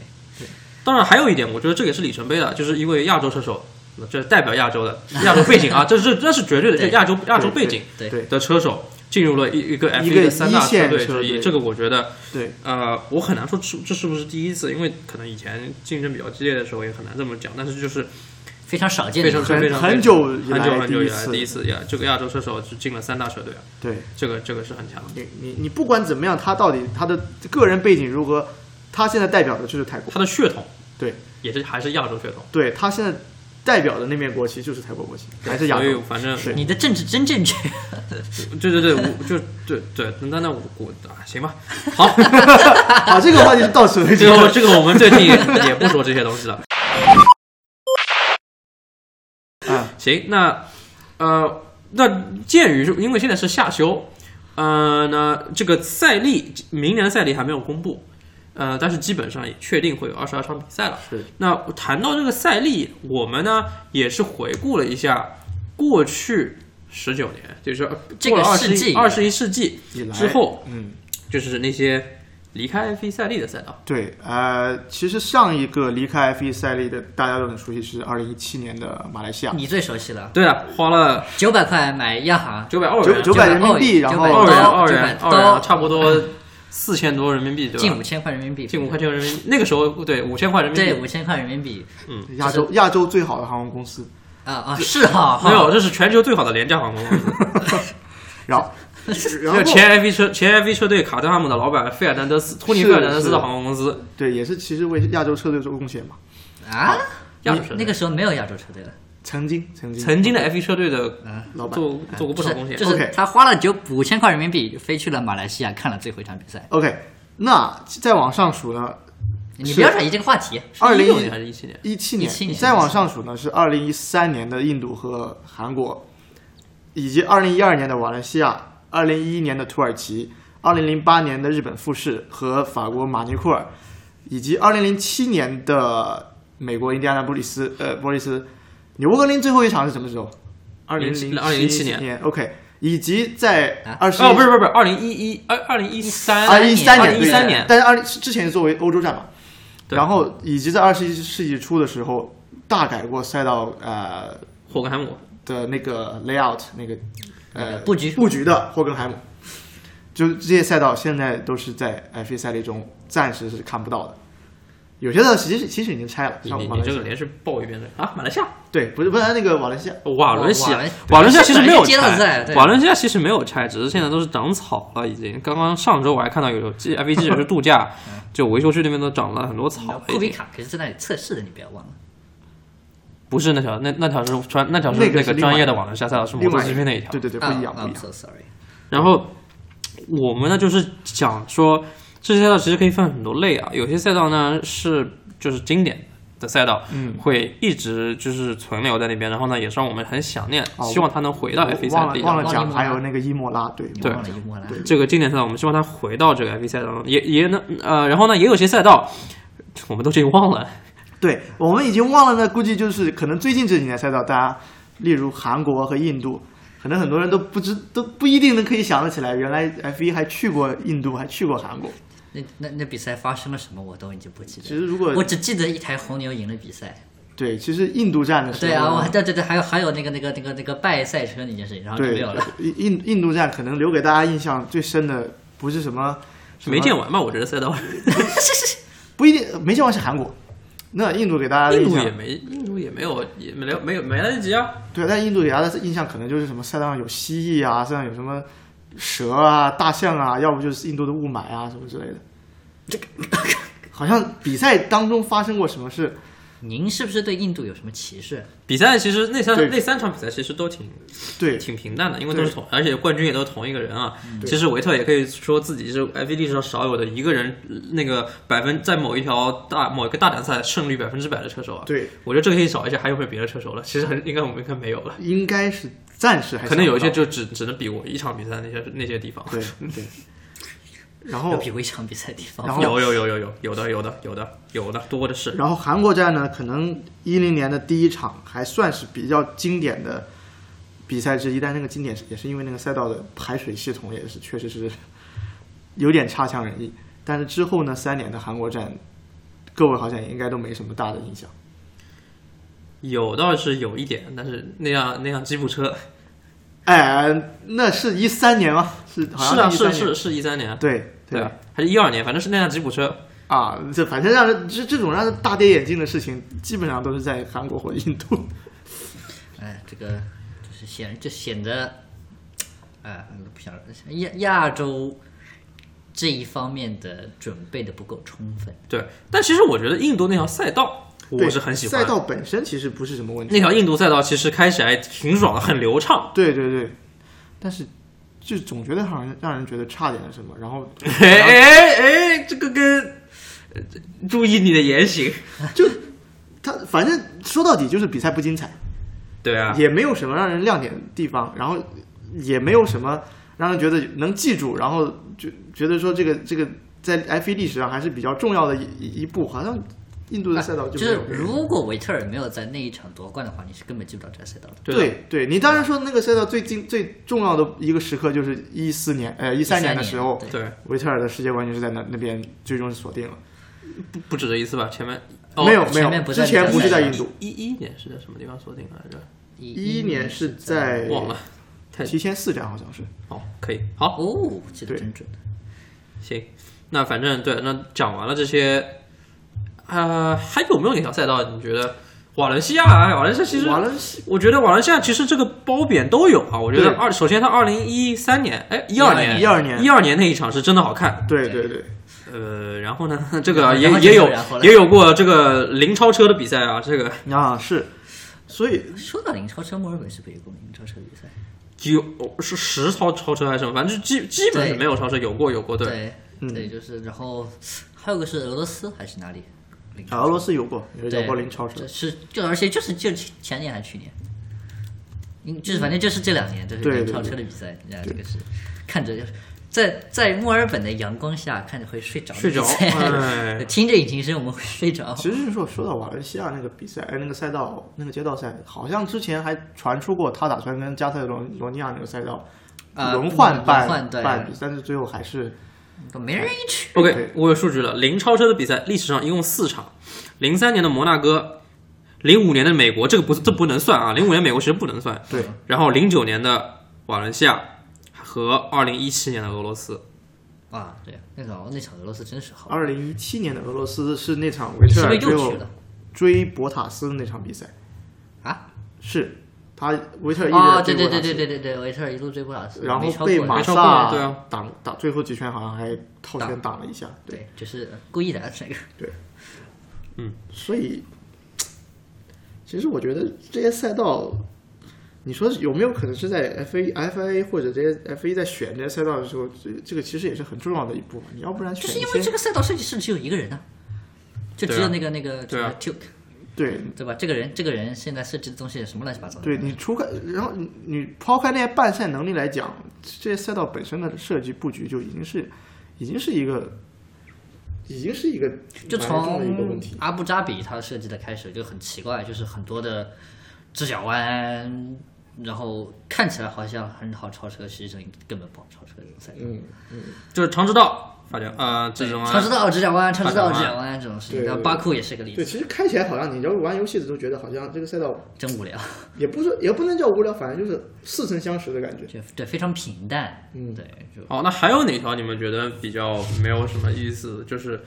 [SPEAKER 2] 当然还有一点，我觉得这也是里程碑的，就是因为亚洲车手，这是代表亚洲的亚洲背景啊，这 是这是绝对的，就
[SPEAKER 3] 对
[SPEAKER 2] 亚洲亚洲背景
[SPEAKER 3] 对
[SPEAKER 4] 对
[SPEAKER 2] 的车手进入了一一个 F
[SPEAKER 4] 一
[SPEAKER 2] 1
[SPEAKER 4] 个
[SPEAKER 2] 的三大
[SPEAKER 4] 一线
[SPEAKER 2] 队
[SPEAKER 4] 车
[SPEAKER 2] 之一，
[SPEAKER 4] 队
[SPEAKER 2] 这个我觉得
[SPEAKER 4] 对，
[SPEAKER 2] 呃，我很难说这这是不是第一次，因为可能以前竞争比较激烈的时候也很难这么讲，但是就是
[SPEAKER 3] 非常少见
[SPEAKER 2] 非
[SPEAKER 3] 的一
[SPEAKER 2] 常
[SPEAKER 3] 个。
[SPEAKER 4] 很
[SPEAKER 2] 非常
[SPEAKER 4] 很久以来
[SPEAKER 2] 很久很久以
[SPEAKER 4] 第
[SPEAKER 2] 来
[SPEAKER 4] 一次
[SPEAKER 2] 第一次亚这个亚洲车手就进了三大车队啊，
[SPEAKER 4] 对
[SPEAKER 2] 这个这个是很强的。
[SPEAKER 4] 你你你不管怎么样，他到底他的个人背景如何，他现在代表的就是泰国。
[SPEAKER 2] 他的血统
[SPEAKER 4] 对，
[SPEAKER 2] 也是还是亚洲血统，
[SPEAKER 4] 对他现在代表的那面国旗就是泰国国旗，还是亚
[SPEAKER 2] 所以
[SPEAKER 4] 洲。
[SPEAKER 2] 反正
[SPEAKER 4] 是
[SPEAKER 3] 你的政治真正确，
[SPEAKER 2] 对对对，我就对对，那那我我啊行吧，好。
[SPEAKER 4] 好，啊这个话题就到此为止
[SPEAKER 2] 这。个这个我们最近也不说这些东西了。
[SPEAKER 4] 啊，
[SPEAKER 2] 行，那呃，那鉴于是因为现在是夏休，呃，那这个赛历明年的赛历还没有公布，呃，但是基本上也确定会有二十二场比赛了。
[SPEAKER 4] 是
[SPEAKER 2] 那谈到这个赛历，我们呢也是回顾了一下过去十九年，就是呃
[SPEAKER 3] 这
[SPEAKER 2] 过
[SPEAKER 3] 个
[SPEAKER 2] 了二
[SPEAKER 3] 世
[SPEAKER 2] 十
[SPEAKER 3] 纪
[SPEAKER 2] 一二十一世纪
[SPEAKER 4] 以来
[SPEAKER 2] 之后，
[SPEAKER 4] 嗯。
[SPEAKER 2] 就是那些离开 F 1赛历的赛道。
[SPEAKER 4] 对，呃，其实上一个离开 E F1 赛历的大家都很熟悉，是二零一七年的马来西亚，
[SPEAKER 3] 你最熟悉了。
[SPEAKER 2] 对啊，花了
[SPEAKER 3] 九百块买亚航，
[SPEAKER 2] 九百澳元
[SPEAKER 4] 九，九百人民币，
[SPEAKER 3] 900
[SPEAKER 4] 然
[SPEAKER 2] 澳
[SPEAKER 4] 后
[SPEAKER 2] 元，
[SPEAKER 3] 刀
[SPEAKER 2] 澳
[SPEAKER 3] 九
[SPEAKER 2] 元
[SPEAKER 3] 百，
[SPEAKER 2] 澳元，
[SPEAKER 3] 刀
[SPEAKER 2] 差不多四千多人民币，对
[SPEAKER 3] 近
[SPEAKER 2] 吧？
[SPEAKER 3] 五千块人民币，
[SPEAKER 2] 近五块钱人民币，那个时候对五千块人民
[SPEAKER 3] 对
[SPEAKER 2] 币，
[SPEAKER 3] 五千块人民币
[SPEAKER 4] 亚洲亚洲最好的航空公司，
[SPEAKER 3] 啊啊是哈，哈
[SPEAKER 2] 没有，这是全球最好的廉价航空公 司。
[SPEAKER 4] 然后然
[SPEAKER 2] 就
[SPEAKER 4] 后
[SPEAKER 2] 前 F 1车前 F 1车队卡特汉姆的老板费尔南德斯，托尼费尔南德斯的
[SPEAKER 4] 是嗯
[SPEAKER 2] 航空公司，
[SPEAKER 4] 对，也是其实为亚洲车队做贡献嘛，
[SPEAKER 3] 啊，
[SPEAKER 2] 亚洲车队
[SPEAKER 3] 那个时候没有亚洲车队了，
[SPEAKER 4] 曾经曾经
[SPEAKER 2] 曾经的 F 1车队的
[SPEAKER 3] 嗯
[SPEAKER 4] 老板
[SPEAKER 2] 做做过不
[SPEAKER 3] 就
[SPEAKER 2] 少
[SPEAKER 3] 是
[SPEAKER 2] 贡献
[SPEAKER 3] 就。是
[SPEAKER 4] OK
[SPEAKER 3] 他花了九五千块人民币飞去了马来西亚看了最后一场比赛。
[SPEAKER 4] OK，那再往上数呢，
[SPEAKER 3] 你
[SPEAKER 4] 是
[SPEAKER 3] 不
[SPEAKER 4] 啊
[SPEAKER 3] 要转移这个话题，
[SPEAKER 4] 二零
[SPEAKER 2] 16年还是一七年？
[SPEAKER 4] 一七年，
[SPEAKER 3] 17年
[SPEAKER 4] 再往上数呢是二零一三年的印度和韩国，以及二零一二年的马来西亚，二零一一年的土耳其，二零零八年的日本富士和法国马尼库尔，以及二零零七年的美国印第安纳波利斯，呃，波利斯。纽伯格林最后一场是什么时候？二零零
[SPEAKER 2] 2007年
[SPEAKER 4] 年。OK，以及在二十
[SPEAKER 2] 哦，不是不是不是，二零一一二二零一三
[SPEAKER 4] 二一三年，
[SPEAKER 2] 一三
[SPEAKER 4] 对
[SPEAKER 2] 年，
[SPEAKER 4] 但是二零之前是作为欧洲站嘛，
[SPEAKER 2] 对
[SPEAKER 4] 然后以及在二十一世纪初的时候大改过赛道，呃，
[SPEAKER 2] 霍格汉姆
[SPEAKER 4] 的那个 layout 那个呃
[SPEAKER 3] 布局
[SPEAKER 4] 布局的霍根海姆，就是这些赛道现在都是在 F1 赛例中暂时是看不到的。有些赛道其实其实已经拆了，
[SPEAKER 2] 你
[SPEAKER 4] 像
[SPEAKER 2] 你
[SPEAKER 4] 马
[SPEAKER 2] 你
[SPEAKER 4] 来
[SPEAKER 2] 这
[SPEAKER 4] 西
[SPEAKER 2] 个
[SPEAKER 4] 亚，
[SPEAKER 2] 连是报一遍的啊，马来西亚。
[SPEAKER 4] 对，不是不是那个瓦哦伦西亚，
[SPEAKER 2] 瓦伦西亚啊
[SPEAKER 3] 瓦伦，
[SPEAKER 2] 瓦伦西亚其实没有
[SPEAKER 3] 本来就接到在
[SPEAKER 2] 拆，
[SPEAKER 3] 对
[SPEAKER 2] 瓦伦西啊亚其实没有拆，只是现在都是长草了，已经。刚刚上周我还看到有 G F 1记者去度假，
[SPEAKER 4] 嗯
[SPEAKER 2] 就维修区那边都长了很多草了已
[SPEAKER 3] 库比
[SPEAKER 2] 经。
[SPEAKER 3] 卡可是在那里测试的，你不要忘了。
[SPEAKER 2] 不是那条，那那条是专那条是
[SPEAKER 4] 那个
[SPEAKER 2] 那
[SPEAKER 4] 是
[SPEAKER 2] 个
[SPEAKER 4] 另外
[SPEAKER 2] 专业的瓦伦西亚赛道，是摩
[SPEAKER 4] 另
[SPEAKER 2] 托
[SPEAKER 4] 外
[SPEAKER 2] 之
[SPEAKER 4] 一
[SPEAKER 2] 飞
[SPEAKER 4] 个
[SPEAKER 2] 那一条。
[SPEAKER 4] 对对对，不一样不一
[SPEAKER 3] 啊 I'm
[SPEAKER 4] 样。
[SPEAKER 3] so sorry。
[SPEAKER 2] 然后我们呢就是讲说，这些赛道其实可以分很多类啊，有些赛道呢是就是经典的赛道，
[SPEAKER 4] 嗯，
[SPEAKER 2] 会一直就是存留在那边，然后呢也是让我们很想念，
[SPEAKER 4] 哦
[SPEAKER 2] 希望它能回到 F
[SPEAKER 4] 我
[SPEAKER 2] 1
[SPEAKER 4] 忘
[SPEAKER 2] 赛
[SPEAKER 4] 了
[SPEAKER 2] 地。
[SPEAKER 4] 忘了
[SPEAKER 3] 忘了伊
[SPEAKER 4] 讲，
[SPEAKER 3] 莫拉
[SPEAKER 4] 还有那个伊莫拉，对
[SPEAKER 3] 你
[SPEAKER 2] 对
[SPEAKER 3] 忘了伊莫拉，
[SPEAKER 2] 这个经典赛道，我们希望它回到这个 F 1赛道中，也也能呃，然后呢，也有些赛道我们都已经忘了，
[SPEAKER 4] 对，我们已经忘了呢，估计就是可能最近这几年赛道，大家例如韩国和印度，可能很多人都不知都不一定能可以想得起来，原来 F 1还去过印度，还去过韩国。
[SPEAKER 3] 那那那比赛发生了什么，我都已经不记
[SPEAKER 4] 其
[SPEAKER 3] 得
[SPEAKER 4] 实
[SPEAKER 3] 了。
[SPEAKER 4] 如果
[SPEAKER 3] 我只记得一台红牛赢了比赛。
[SPEAKER 4] 对，其实印度站的时候，
[SPEAKER 3] 对啊，我对对对，还有还有那个那个那个那个拜赛车那件事情，然后就
[SPEAKER 4] 对
[SPEAKER 3] 没有了。
[SPEAKER 4] 印印印度站可能留给大家印象最深的不是什么什么
[SPEAKER 2] 没见完吧？我觉得赛 道，
[SPEAKER 4] 不一定没见完是韩国，那印度给大家的
[SPEAKER 2] 印
[SPEAKER 4] 印
[SPEAKER 2] 度
[SPEAKER 4] 象
[SPEAKER 2] 也没，印度也没有，也没有没有没来得及啊。
[SPEAKER 4] 对，但印度给大家的印象可能就是什么赛道上有蜥蜴啊，赛道上有什么蛇啊、大象啊，要不就是印度的雾霾啊什么之类的。这个好像比赛当中发生过什么事，
[SPEAKER 3] 您是不是对印度有什么歧视？
[SPEAKER 2] 比赛其实那三
[SPEAKER 4] 对
[SPEAKER 2] 那三场比赛其实都挺
[SPEAKER 4] 对
[SPEAKER 2] 挺平淡的，因为都是同，而且冠军也都是同一个人啊。
[SPEAKER 4] 嗯对
[SPEAKER 2] 其实维特也可以说自己是 F 1历史上少有的一个人，那个百分在某一条大某一个大奖赛胜率百分之百的车手啊。
[SPEAKER 4] 对，
[SPEAKER 2] 我觉得这个可以找一下，还有没有别的车手了？其实很应该我们应该没有了。
[SPEAKER 4] 应该是暂时还
[SPEAKER 2] 可能有一些
[SPEAKER 4] 想不
[SPEAKER 2] 就只只能比我一场比赛的那些那些地方
[SPEAKER 4] 到。 对对。然
[SPEAKER 3] 有
[SPEAKER 4] 后
[SPEAKER 3] 比过一场比赛地方。
[SPEAKER 4] 然后
[SPEAKER 2] 有有有有有有的有的有的有的多的是。
[SPEAKER 4] 然后韩国站呢，可能一零年的第一场还算是比较经典的比赛之一，但那个经典是也是因为那个赛道的排水系统也是确实是有点差强人意。但是之后呢，三年的韩国站，各位好像也应该都没什么大的印象。
[SPEAKER 2] 有倒是有一点，但是那辆那辆吉普车
[SPEAKER 4] 哎，那是一三年吗？是好
[SPEAKER 2] 是
[SPEAKER 4] 像
[SPEAKER 2] 啊
[SPEAKER 4] 13
[SPEAKER 2] 是
[SPEAKER 4] 年
[SPEAKER 2] 是是一三年啊，
[SPEAKER 4] 对
[SPEAKER 2] 对啊，还是一二年，反正是那辆吉普车。
[SPEAKER 4] 啊，这反正让人这这种让人大跌眼镜的事情，基本上都是在韩国或印度。
[SPEAKER 3] 哎，这个就是显就显得，哎，不想亚亚洲这一方面的准备的不够充分。
[SPEAKER 2] 对，但其实我觉得印度那条赛道我
[SPEAKER 4] 对
[SPEAKER 2] 是很喜
[SPEAKER 4] 赛
[SPEAKER 2] 欢。
[SPEAKER 4] 道本身其实不是什么问题
[SPEAKER 2] 那。条印度赛道其实开起来挺爽的，很流畅。
[SPEAKER 4] 对对对，但是就总觉得好像让人觉得差点什么，然后
[SPEAKER 2] 哎
[SPEAKER 4] 啊
[SPEAKER 2] 哎哎，这个跟呃注意你的言行。
[SPEAKER 4] 就他反正说到底就是比赛不精彩，
[SPEAKER 2] 对啊，
[SPEAKER 4] 也没有什么让人亮点的地方，然后也没有什么让人觉得能记住，然后就觉得说这个这个在 F 1历史上还是比较重要的一一一步，好像印度的赛道
[SPEAKER 3] 啊就
[SPEAKER 4] 没
[SPEAKER 3] 是
[SPEAKER 4] 有被人。
[SPEAKER 3] 如果维特尔没有在那一场夺冠的话，你是根本记不了这个赛道的。
[SPEAKER 2] 对的
[SPEAKER 4] 对对，你当然说那个赛道最近最重要的一个时刻就是一四年，呃一三年的时候，
[SPEAKER 3] 对
[SPEAKER 2] 对，
[SPEAKER 4] 维特尔的世界冠军是在那那边最终锁定了，
[SPEAKER 2] 不不止这一次吧？前面哦
[SPEAKER 4] 没有没
[SPEAKER 3] 前面
[SPEAKER 4] 有，
[SPEAKER 3] 不在
[SPEAKER 4] 之前
[SPEAKER 3] 那个
[SPEAKER 4] 不是
[SPEAKER 3] 赛
[SPEAKER 4] 在
[SPEAKER 3] 道
[SPEAKER 4] 印度，
[SPEAKER 2] 一一年是在什么地方锁定来着？
[SPEAKER 4] 一一年是
[SPEAKER 3] 在
[SPEAKER 4] 在
[SPEAKER 2] 忘了。太
[SPEAKER 4] 提前四站好像是，
[SPEAKER 2] 哦，可以，好，
[SPEAKER 3] 哦，记得
[SPEAKER 4] 对
[SPEAKER 3] 真准。
[SPEAKER 2] 行。那反正对，那讲完了这些，呃，还有没有哪条赛道你觉得瓦伦西亚？啊，瓦伦西亚其实
[SPEAKER 4] 瓦伦西
[SPEAKER 2] 我觉得瓦伦西亚其实这个褒贬都有啊。我觉得
[SPEAKER 4] 对
[SPEAKER 2] 二，首先它二零一三年，哎，一二年，
[SPEAKER 4] 12年
[SPEAKER 2] 一二年那一场是真的好看。
[SPEAKER 4] 对对对，
[SPEAKER 2] 呃，然后呢， 这
[SPEAKER 3] 然
[SPEAKER 2] 个
[SPEAKER 3] 后
[SPEAKER 2] 也
[SPEAKER 3] 然后就
[SPEAKER 2] 也
[SPEAKER 3] 是
[SPEAKER 2] 有
[SPEAKER 3] 然后嘞
[SPEAKER 2] 也有过这个零超车的比赛啊，这个
[SPEAKER 4] 啊是，所以
[SPEAKER 3] 说到零超车，墨尔本是不是有过零超车比赛？
[SPEAKER 2] 有是十超超车还是什么，反正就基基本是
[SPEAKER 3] 对
[SPEAKER 2] 没有超车，有过有过对。
[SPEAKER 3] 对
[SPEAKER 4] 嗯
[SPEAKER 3] 对，就是然后还有个是俄罗斯还是哪里？零
[SPEAKER 4] 啊
[SPEAKER 3] 超
[SPEAKER 4] 俄罗
[SPEAKER 3] 车
[SPEAKER 4] 斯有过有
[SPEAKER 3] 对
[SPEAKER 4] 有过零超车
[SPEAKER 3] 这，是就而且就是就前年还是去年，嗯，就是反正就是这两年，就是
[SPEAKER 4] 对
[SPEAKER 3] 零
[SPEAKER 4] 对
[SPEAKER 3] 超
[SPEAKER 4] 对
[SPEAKER 3] 车的比赛，人家这个是看着就是在在墨尔本的阳光下看着会睡着的
[SPEAKER 2] 睡着
[SPEAKER 3] 比赛
[SPEAKER 2] 哎
[SPEAKER 3] 听着引擎声我们会睡着。
[SPEAKER 4] 其实是说说到瓦伦西亚那个比赛，哎那个赛道那个街道赛，好像之前还传出过他打算跟加泰罗罗尼亚那个赛道
[SPEAKER 3] 啊
[SPEAKER 4] 轮换办
[SPEAKER 3] 轮换对
[SPEAKER 4] 办比赛，但是最后还是
[SPEAKER 3] 都没人去。
[SPEAKER 2] OK，
[SPEAKER 4] 对
[SPEAKER 2] 我有数据了。零超车的比赛历史上一共四场，零三年的摩纳哥，零五年的美国，这个不这不能算啊，零五年美国其实不能算。
[SPEAKER 4] 对，
[SPEAKER 3] 嗯
[SPEAKER 2] 然后零九年的瓦伦西亚和二零一七年的俄罗斯，
[SPEAKER 3] 哇，对，那场那场俄罗斯真是好，
[SPEAKER 4] 二零一七年的俄罗斯啊是啊那场维
[SPEAKER 3] 你
[SPEAKER 4] 特
[SPEAKER 3] 是不
[SPEAKER 4] 尔
[SPEAKER 3] 是
[SPEAKER 4] 追
[SPEAKER 3] 又去
[SPEAKER 4] 我
[SPEAKER 3] 了
[SPEAKER 4] 追博塔斯那场比赛，
[SPEAKER 3] 啊？
[SPEAKER 4] 是他维特尔一
[SPEAKER 3] 哦，
[SPEAKER 4] 直
[SPEAKER 3] 对
[SPEAKER 4] 在
[SPEAKER 3] 对对对
[SPEAKER 4] 追博塔斯
[SPEAKER 3] 对对对，维特尔一路追不了斯，
[SPEAKER 4] 然
[SPEAKER 3] 没
[SPEAKER 4] 后
[SPEAKER 3] 超
[SPEAKER 4] 被
[SPEAKER 3] 过
[SPEAKER 4] 马
[SPEAKER 2] 没超过
[SPEAKER 4] 萨
[SPEAKER 2] 对啊
[SPEAKER 4] 打打最后几圈好像还套圈打了一下，对，
[SPEAKER 3] 对，就是
[SPEAKER 4] 呃
[SPEAKER 3] 故意的这个。
[SPEAKER 4] 所以其实我觉得这些赛道，你说有没有可能是在 F A F A 或者这些 F 1在选这些赛道的时候，这这个其实也是很重要的一步嘛，你要不 然
[SPEAKER 3] 就
[SPEAKER 4] 选
[SPEAKER 3] 是
[SPEAKER 4] 一
[SPEAKER 3] 因为这
[SPEAKER 4] 些
[SPEAKER 3] 个赛道设计师只有一个人啊，就只
[SPEAKER 2] 对
[SPEAKER 3] 有
[SPEAKER 2] 啊
[SPEAKER 3] 那个那个
[SPEAKER 2] 对啊
[SPEAKER 3] t u k
[SPEAKER 4] 对
[SPEAKER 3] 对吧？这个人这个人现在设计的东西什么乱七八糟的，
[SPEAKER 4] 对你除开，然后你你抛开那些办赛能力来讲，这些赛道本身的设计布局就已经是，已经是一个，已经是一个
[SPEAKER 3] 就
[SPEAKER 4] 蛮重的一个问
[SPEAKER 3] 从
[SPEAKER 4] 题。
[SPEAKER 3] 阿布扎比它设计的开始就很奇怪，就是很多的直角弯，然后看起来好像很好超车，实际上根本不好超车这种赛道。
[SPEAKER 4] 嗯，
[SPEAKER 2] 就是长直道发展啊，这种
[SPEAKER 3] 长直道、直角弯、长直道、
[SPEAKER 2] 长
[SPEAKER 3] 直
[SPEAKER 2] 直道
[SPEAKER 3] 角弯这种事
[SPEAKER 4] 对
[SPEAKER 3] 情，然后
[SPEAKER 4] 对
[SPEAKER 3] 巴库也是个例
[SPEAKER 4] 对，
[SPEAKER 3] 子，
[SPEAKER 4] 其实开起来好像你要玩游戏的时候觉得好像这个赛道
[SPEAKER 3] 真无聊，
[SPEAKER 4] 也不是也不能叫无聊，反正就是似曾相识的感觉。
[SPEAKER 3] 就对非常平淡，
[SPEAKER 4] 嗯
[SPEAKER 3] 对，就
[SPEAKER 2] 好，那还有哪条你们觉得比较没有什么意思，就是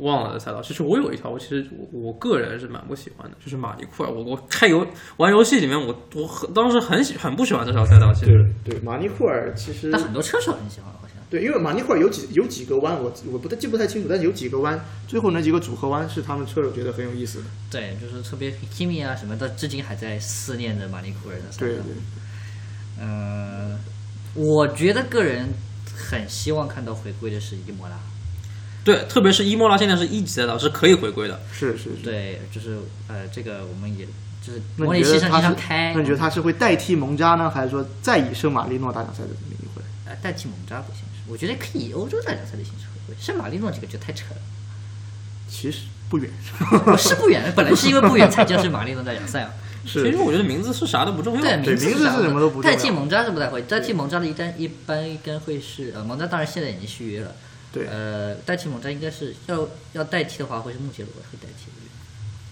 [SPEAKER 2] 忘了的赛道？其实我有一条，我其实我我个人是蛮不喜欢的，就是马尼库啊尔。我我开游玩游戏里面，我我很当时很喜很不喜欢这条赛道，其实
[SPEAKER 4] 对，马尼库尔其实
[SPEAKER 3] 但很多车手很喜欢，好像
[SPEAKER 4] 对，因为马尼库尔有几有几个弯我我不太记不太清楚，但是有几个弯，最后那几个组合弯是他们车手觉得很有意思的。
[SPEAKER 3] 对，就是特别 Kimi 啊什么的，至今还在思念着马尼库尔的赛
[SPEAKER 4] 对
[SPEAKER 3] 道
[SPEAKER 4] 对。，
[SPEAKER 3] 嗯，我觉得个人很希望看到回归的是伊莫拉。
[SPEAKER 2] 对，特别是伊莫拉现在是一级赛道，是可以回归的。
[SPEAKER 4] 是是是。
[SPEAKER 3] 对，就是呃，这个我们也就是
[SPEAKER 4] 嗯那
[SPEAKER 3] 模
[SPEAKER 4] 你
[SPEAKER 3] 拟
[SPEAKER 4] 觉
[SPEAKER 3] 器
[SPEAKER 4] 得
[SPEAKER 3] 上
[SPEAKER 4] 他
[SPEAKER 3] 经常
[SPEAKER 4] 是？
[SPEAKER 3] 开，嗯
[SPEAKER 4] 那你觉得他是会代替蒙扎呢，还是说再以圣马力诺大奖赛的名义回来？
[SPEAKER 3] 呃代替蒙扎不行？我觉得可以以欧洲大奖赛的形式回归，圣马力诺这个就太扯了，
[SPEAKER 4] 其实不远，
[SPEAKER 3] 是不远，本来是因为不远才叫圣马力诺大奖 赛啊。
[SPEAKER 2] 其实我觉得名字是啥都不重要。
[SPEAKER 3] 对，啊字
[SPEAKER 4] 名字是
[SPEAKER 3] 啥
[SPEAKER 4] 什么都不重要
[SPEAKER 3] 代替蒙扎是不太会，代替蒙扎的一般一般应该会是呃，蒙扎当然现在已经续约了。
[SPEAKER 4] 对
[SPEAKER 3] 呃，代替蒙扎应该是要要代替的话，会是穆杰鲁会代替的，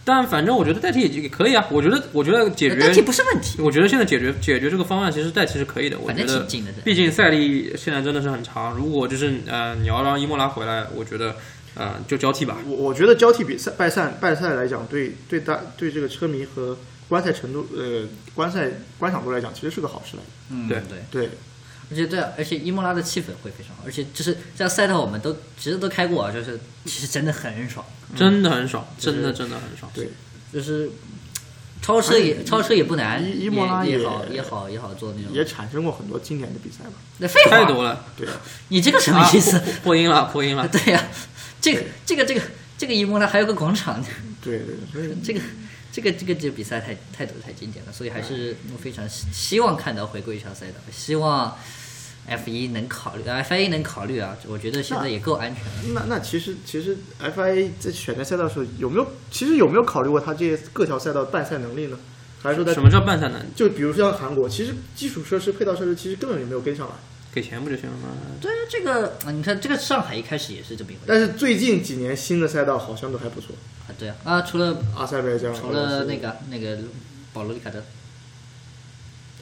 [SPEAKER 2] 但反正我觉得代替也可以啊。我觉得我觉得解
[SPEAKER 3] 代替
[SPEAKER 2] 决，
[SPEAKER 3] 不是问题。
[SPEAKER 2] 我觉得现在解决解决这个方案其实代替是可以的。我
[SPEAKER 3] 反
[SPEAKER 2] 觉
[SPEAKER 3] 正
[SPEAKER 2] 得
[SPEAKER 3] 挺近的，对
[SPEAKER 2] 毕竟赛历现在真的是很长，如果就是呃你要让伊莫拉回来，我觉得呃就交替吧。
[SPEAKER 3] 嗯
[SPEAKER 4] 我我觉得交替比赛拜赛拜赛来讲，对对大对这个车迷和观赛程度呃观赛观赏度来讲，其实是个好事来的。
[SPEAKER 3] 嗯，
[SPEAKER 2] 对
[SPEAKER 3] 对。
[SPEAKER 4] 对，
[SPEAKER 3] 而且对啊，而且伊莫拉的气氛会非常好，而且就是这样赛道我们都其实都开过啊，就是其实真的很爽，
[SPEAKER 2] 真的很爽，
[SPEAKER 3] 就是
[SPEAKER 2] 真的真的很爽。
[SPEAKER 4] 对
[SPEAKER 3] 就是超车也超车也不难，
[SPEAKER 4] 哎伊伊莫拉
[SPEAKER 3] 也
[SPEAKER 4] 也
[SPEAKER 3] 好也好也好做那
[SPEAKER 4] 也
[SPEAKER 3] 种。
[SPEAKER 4] 产生过很多经典的比赛吧。
[SPEAKER 3] 那废
[SPEAKER 2] 太
[SPEAKER 3] 话，
[SPEAKER 2] 多了，
[SPEAKER 4] 对啊，
[SPEAKER 3] 你这个 什么意思
[SPEAKER 2] 啊？破破音了，破音了。
[SPEAKER 3] 对呀、这个这个这个这个伊莫拉还有个广场，
[SPEAKER 4] 对对对，所以
[SPEAKER 3] 这个这个这个这个比赛太太多太经典了，所以还是我非常希希望看到回归一条赛道，希望 F 一能考虑，F 一能考虑啊，我觉得现在也够安全了。
[SPEAKER 4] 那那其实其实 FIA 在选择赛道的时候有没有其实有没有考虑过他这些各条赛道的办赛能力呢？还是说
[SPEAKER 2] 什
[SPEAKER 4] 在
[SPEAKER 2] 么叫半赛能？
[SPEAKER 4] 就比如说像韩国，其实基础设施配套设施其实根本就没有跟上来。
[SPEAKER 2] 给钱不就行了吗？
[SPEAKER 3] 对啊，这个啊你看，这个上海一开始也是这么一回事
[SPEAKER 4] 但是最近几年新的赛道好像都还不错，
[SPEAKER 3] 啊，对啊，啊，除了
[SPEAKER 4] 阿塞拜疆
[SPEAKER 3] 除
[SPEAKER 4] 俄罗
[SPEAKER 3] 了
[SPEAKER 4] 斯
[SPEAKER 3] 那个那个保罗里卡德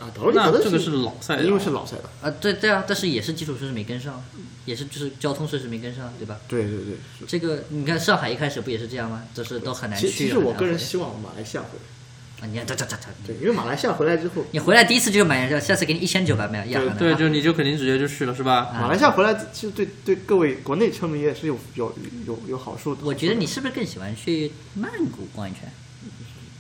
[SPEAKER 4] 啊，导致
[SPEAKER 2] 那
[SPEAKER 4] 可能
[SPEAKER 2] 这个是老赛道，
[SPEAKER 4] 因为是老赛道。
[SPEAKER 3] 啊，对对啊，但是也是基础设施没跟上，也是就是交通设施没跟上，对吧？
[SPEAKER 4] 对对对，
[SPEAKER 3] 这个你看上海一开始不也是这样吗？就是都很难
[SPEAKER 4] 其
[SPEAKER 3] 去。
[SPEAKER 4] 实其实
[SPEAKER 3] 很难
[SPEAKER 4] 我个人
[SPEAKER 3] 回
[SPEAKER 4] 希望马来西亚回来，
[SPEAKER 3] 啊，你看这这这这，
[SPEAKER 4] 对，因为马来西亚回来之后，
[SPEAKER 3] 你回来第一次就买，下次给你一千九百买亚航的啊。
[SPEAKER 2] 对，就你就肯定直接就去了是吧？
[SPEAKER 3] 啊
[SPEAKER 4] 马来西亚回来其实对对各位国内车迷也是有有有有好处的。
[SPEAKER 3] 我觉得你是不是更喜欢去曼谷逛一圈？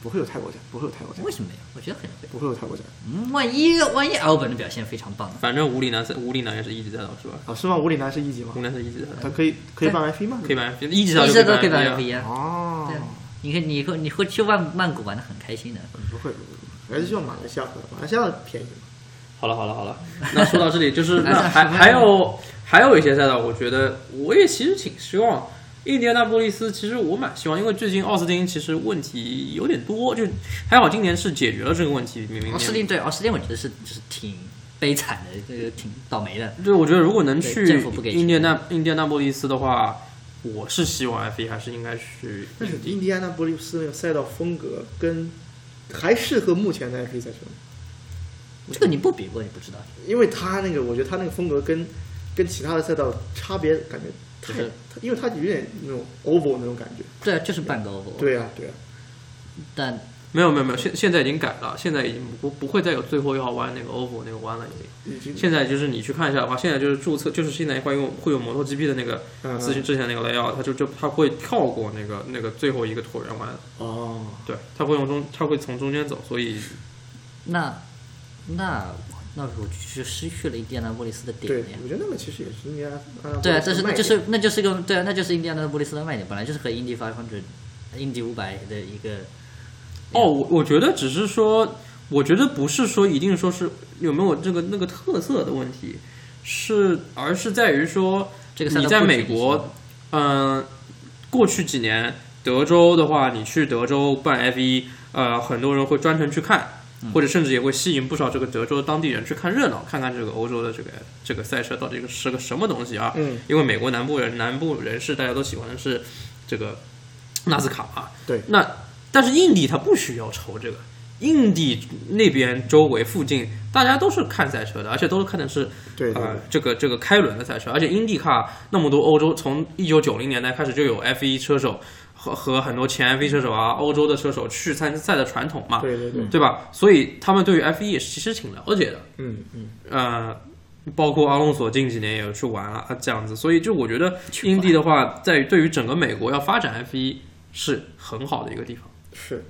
[SPEAKER 4] 不会有泰国站，不会有泰国站
[SPEAKER 3] 为，什么呀？我觉得很会。
[SPEAKER 4] 不会有泰国站
[SPEAKER 3] 嗯，万一万一 L 本的表现非常棒呢？
[SPEAKER 2] 反正五里南赛，五里南也是一级赛道是吧？
[SPEAKER 4] 啊？是吗？五里南是一级吗
[SPEAKER 2] 湖？南是一级赛道，
[SPEAKER 4] 他可以可以办 F 一吗？
[SPEAKER 2] 可以办一级赛道
[SPEAKER 3] 一
[SPEAKER 2] 就
[SPEAKER 3] 直都可以
[SPEAKER 2] 办 F1
[SPEAKER 3] 办 F 一啊。
[SPEAKER 4] 哦
[SPEAKER 3] 对啊，你看你会你会去曼曼谷玩的很开心的。
[SPEAKER 4] 不会，还是希望马来西亚回来，马来西亚便宜嘛。
[SPEAKER 2] 好了好了好了，那说到这里，就是 那还
[SPEAKER 3] 还是
[SPEAKER 2] 还有还有一些赛道，我觉得我也其实挺希望印第安纳波利斯，其实我蛮希望，因为最近奥斯汀其实问题有点多，就还好今年是解决了这个问题，明明
[SPEAKER 3] 奥斯汀对奥斯汀，我觉得是就是挺悲惨的，这个挺倒霉的。
[SPEAKER 2] 对，我觉得如果能去
[SPEAKER 3] 对政府不给钱
[SPEAKER 2] 印第安纳印第安纳波利斯的话，我是希望 F 一还是应该去
[SPEAKER 4] 但是印第安纳波利斯那个赛道风格跟还适合目前的 F1 赛车吗？
[SPEAKER 3] 这个你不比过，你不知道。
[SPEAKER 4] 因为他那个，我觉得他那个风格跟跟其他的赛道差别感觉太
[SPEAKER 2] 就是，
[SPEAKER 4] 他因为他有点那种 oval 那种感觉。
[SPEAKER 3] 对啊，就是半个
[SPEAKER 2] 哦
[SPEAKER 3] oval。，
[SPEAKER 4] 对呀、啊，对呀、啊，
[SPEAKER 3] 但
[SPEAKER 2] 没有没有没有，现现在已经改了，现在已经不不会再有最后一号弯那个 oval 那个弯了，已经。
[SPEAKER 4] 已经
[SPEAKER 2] 现在就是你去看一下的话，现在就是注册，就是现在会用会有摩托 GP 的那个
[SPEAKER 4] 嗯
[SPEAKER 2] 咨询之前那个 layout，它就就它会跳过那个那个最后一个椭圆弯，
[SPEAKER 4] 哦，
[SPEAKER 2] 对，它会用中它会从中间走，所以
[SPEAKER 3] 那那那我就失去了印第安纳波利斯的点
[SPEAKER 4] 对
[SPEAKER 3] 了呀，。
[SPEAKER 4] 我觉得那个其实也是应该按照
[SPEAKER 3] 对啊，
[SPEAKER 4] 波
[SPEAKER 3] 这
[SPEAKER 4] 利斯
[SPEAKER 3] 是
[SPEAKER 4] 的
[SPEAKER 3] 那
[SPEAKER 4] 卖
[SPEAKER 3] 就
[SPEAKER 4] 点
[SPEAKER 3] 是那就是一个对啊，那就是印第安纳波利斯的卖点，本来就是和 Indy 500、Indy 五百的一个
[SPEAKER 2] 哦，我我觉得只是说，我觉得不是说一定说是有没有这个那个特色的问题，是而是在于说
[SPEAKER 3] 这个赛道
[SPEAKER 2] 你在
[SPEAKER 3] 布局
[SPEAKER 2] 美
[SPEAKER 3] 是吧
[SPEAKER 2] 国，嗯、过去几年德州的话，你去德州办 F 一，呃，很多人会专程去看。
[SPEAKER 3] 嗯
[SPEAKER 2] 或者甚至也会吸引不少这个德州当地人去看热闹，看看这个欧洲的这个这个赛车到底是个是个什么东西啊？
[SPEAKER 4] 嗯，
[SPEAKER 2] 因为美国南部人南部人士大家都喜欢的是这个纳斯卡嘛，
[SPEAKER 4] 对
[SPEAKER 2] 那但是印地它不需要愁这个，印地那边周围附近大家都是看赛车的，而且都是看的是
[SPEAKER 4] 对对对
[SPEAKER 2] 呃这个这个开轮的赛车，而且英迪卡那么多欧洲从一九九零年代开始就有 F 一车手和和很多前 F 一车手啊，欧洲的车手去参赛的传统嘛，
[SPEAKER 4] 对对对，
[SPEAKER 2] 对吧？所以他们对于 F 一其实挺了解的，
[SPEAKER 4] 嗯嗯，
[SPEAKER 2] 呃，包括阿隆索近几年也有去玩了啊，这样子，所以就我觉得英地的话，在于对于整个美国要发展 F 一是很好的一个地方。
[SPEAKER 4] 是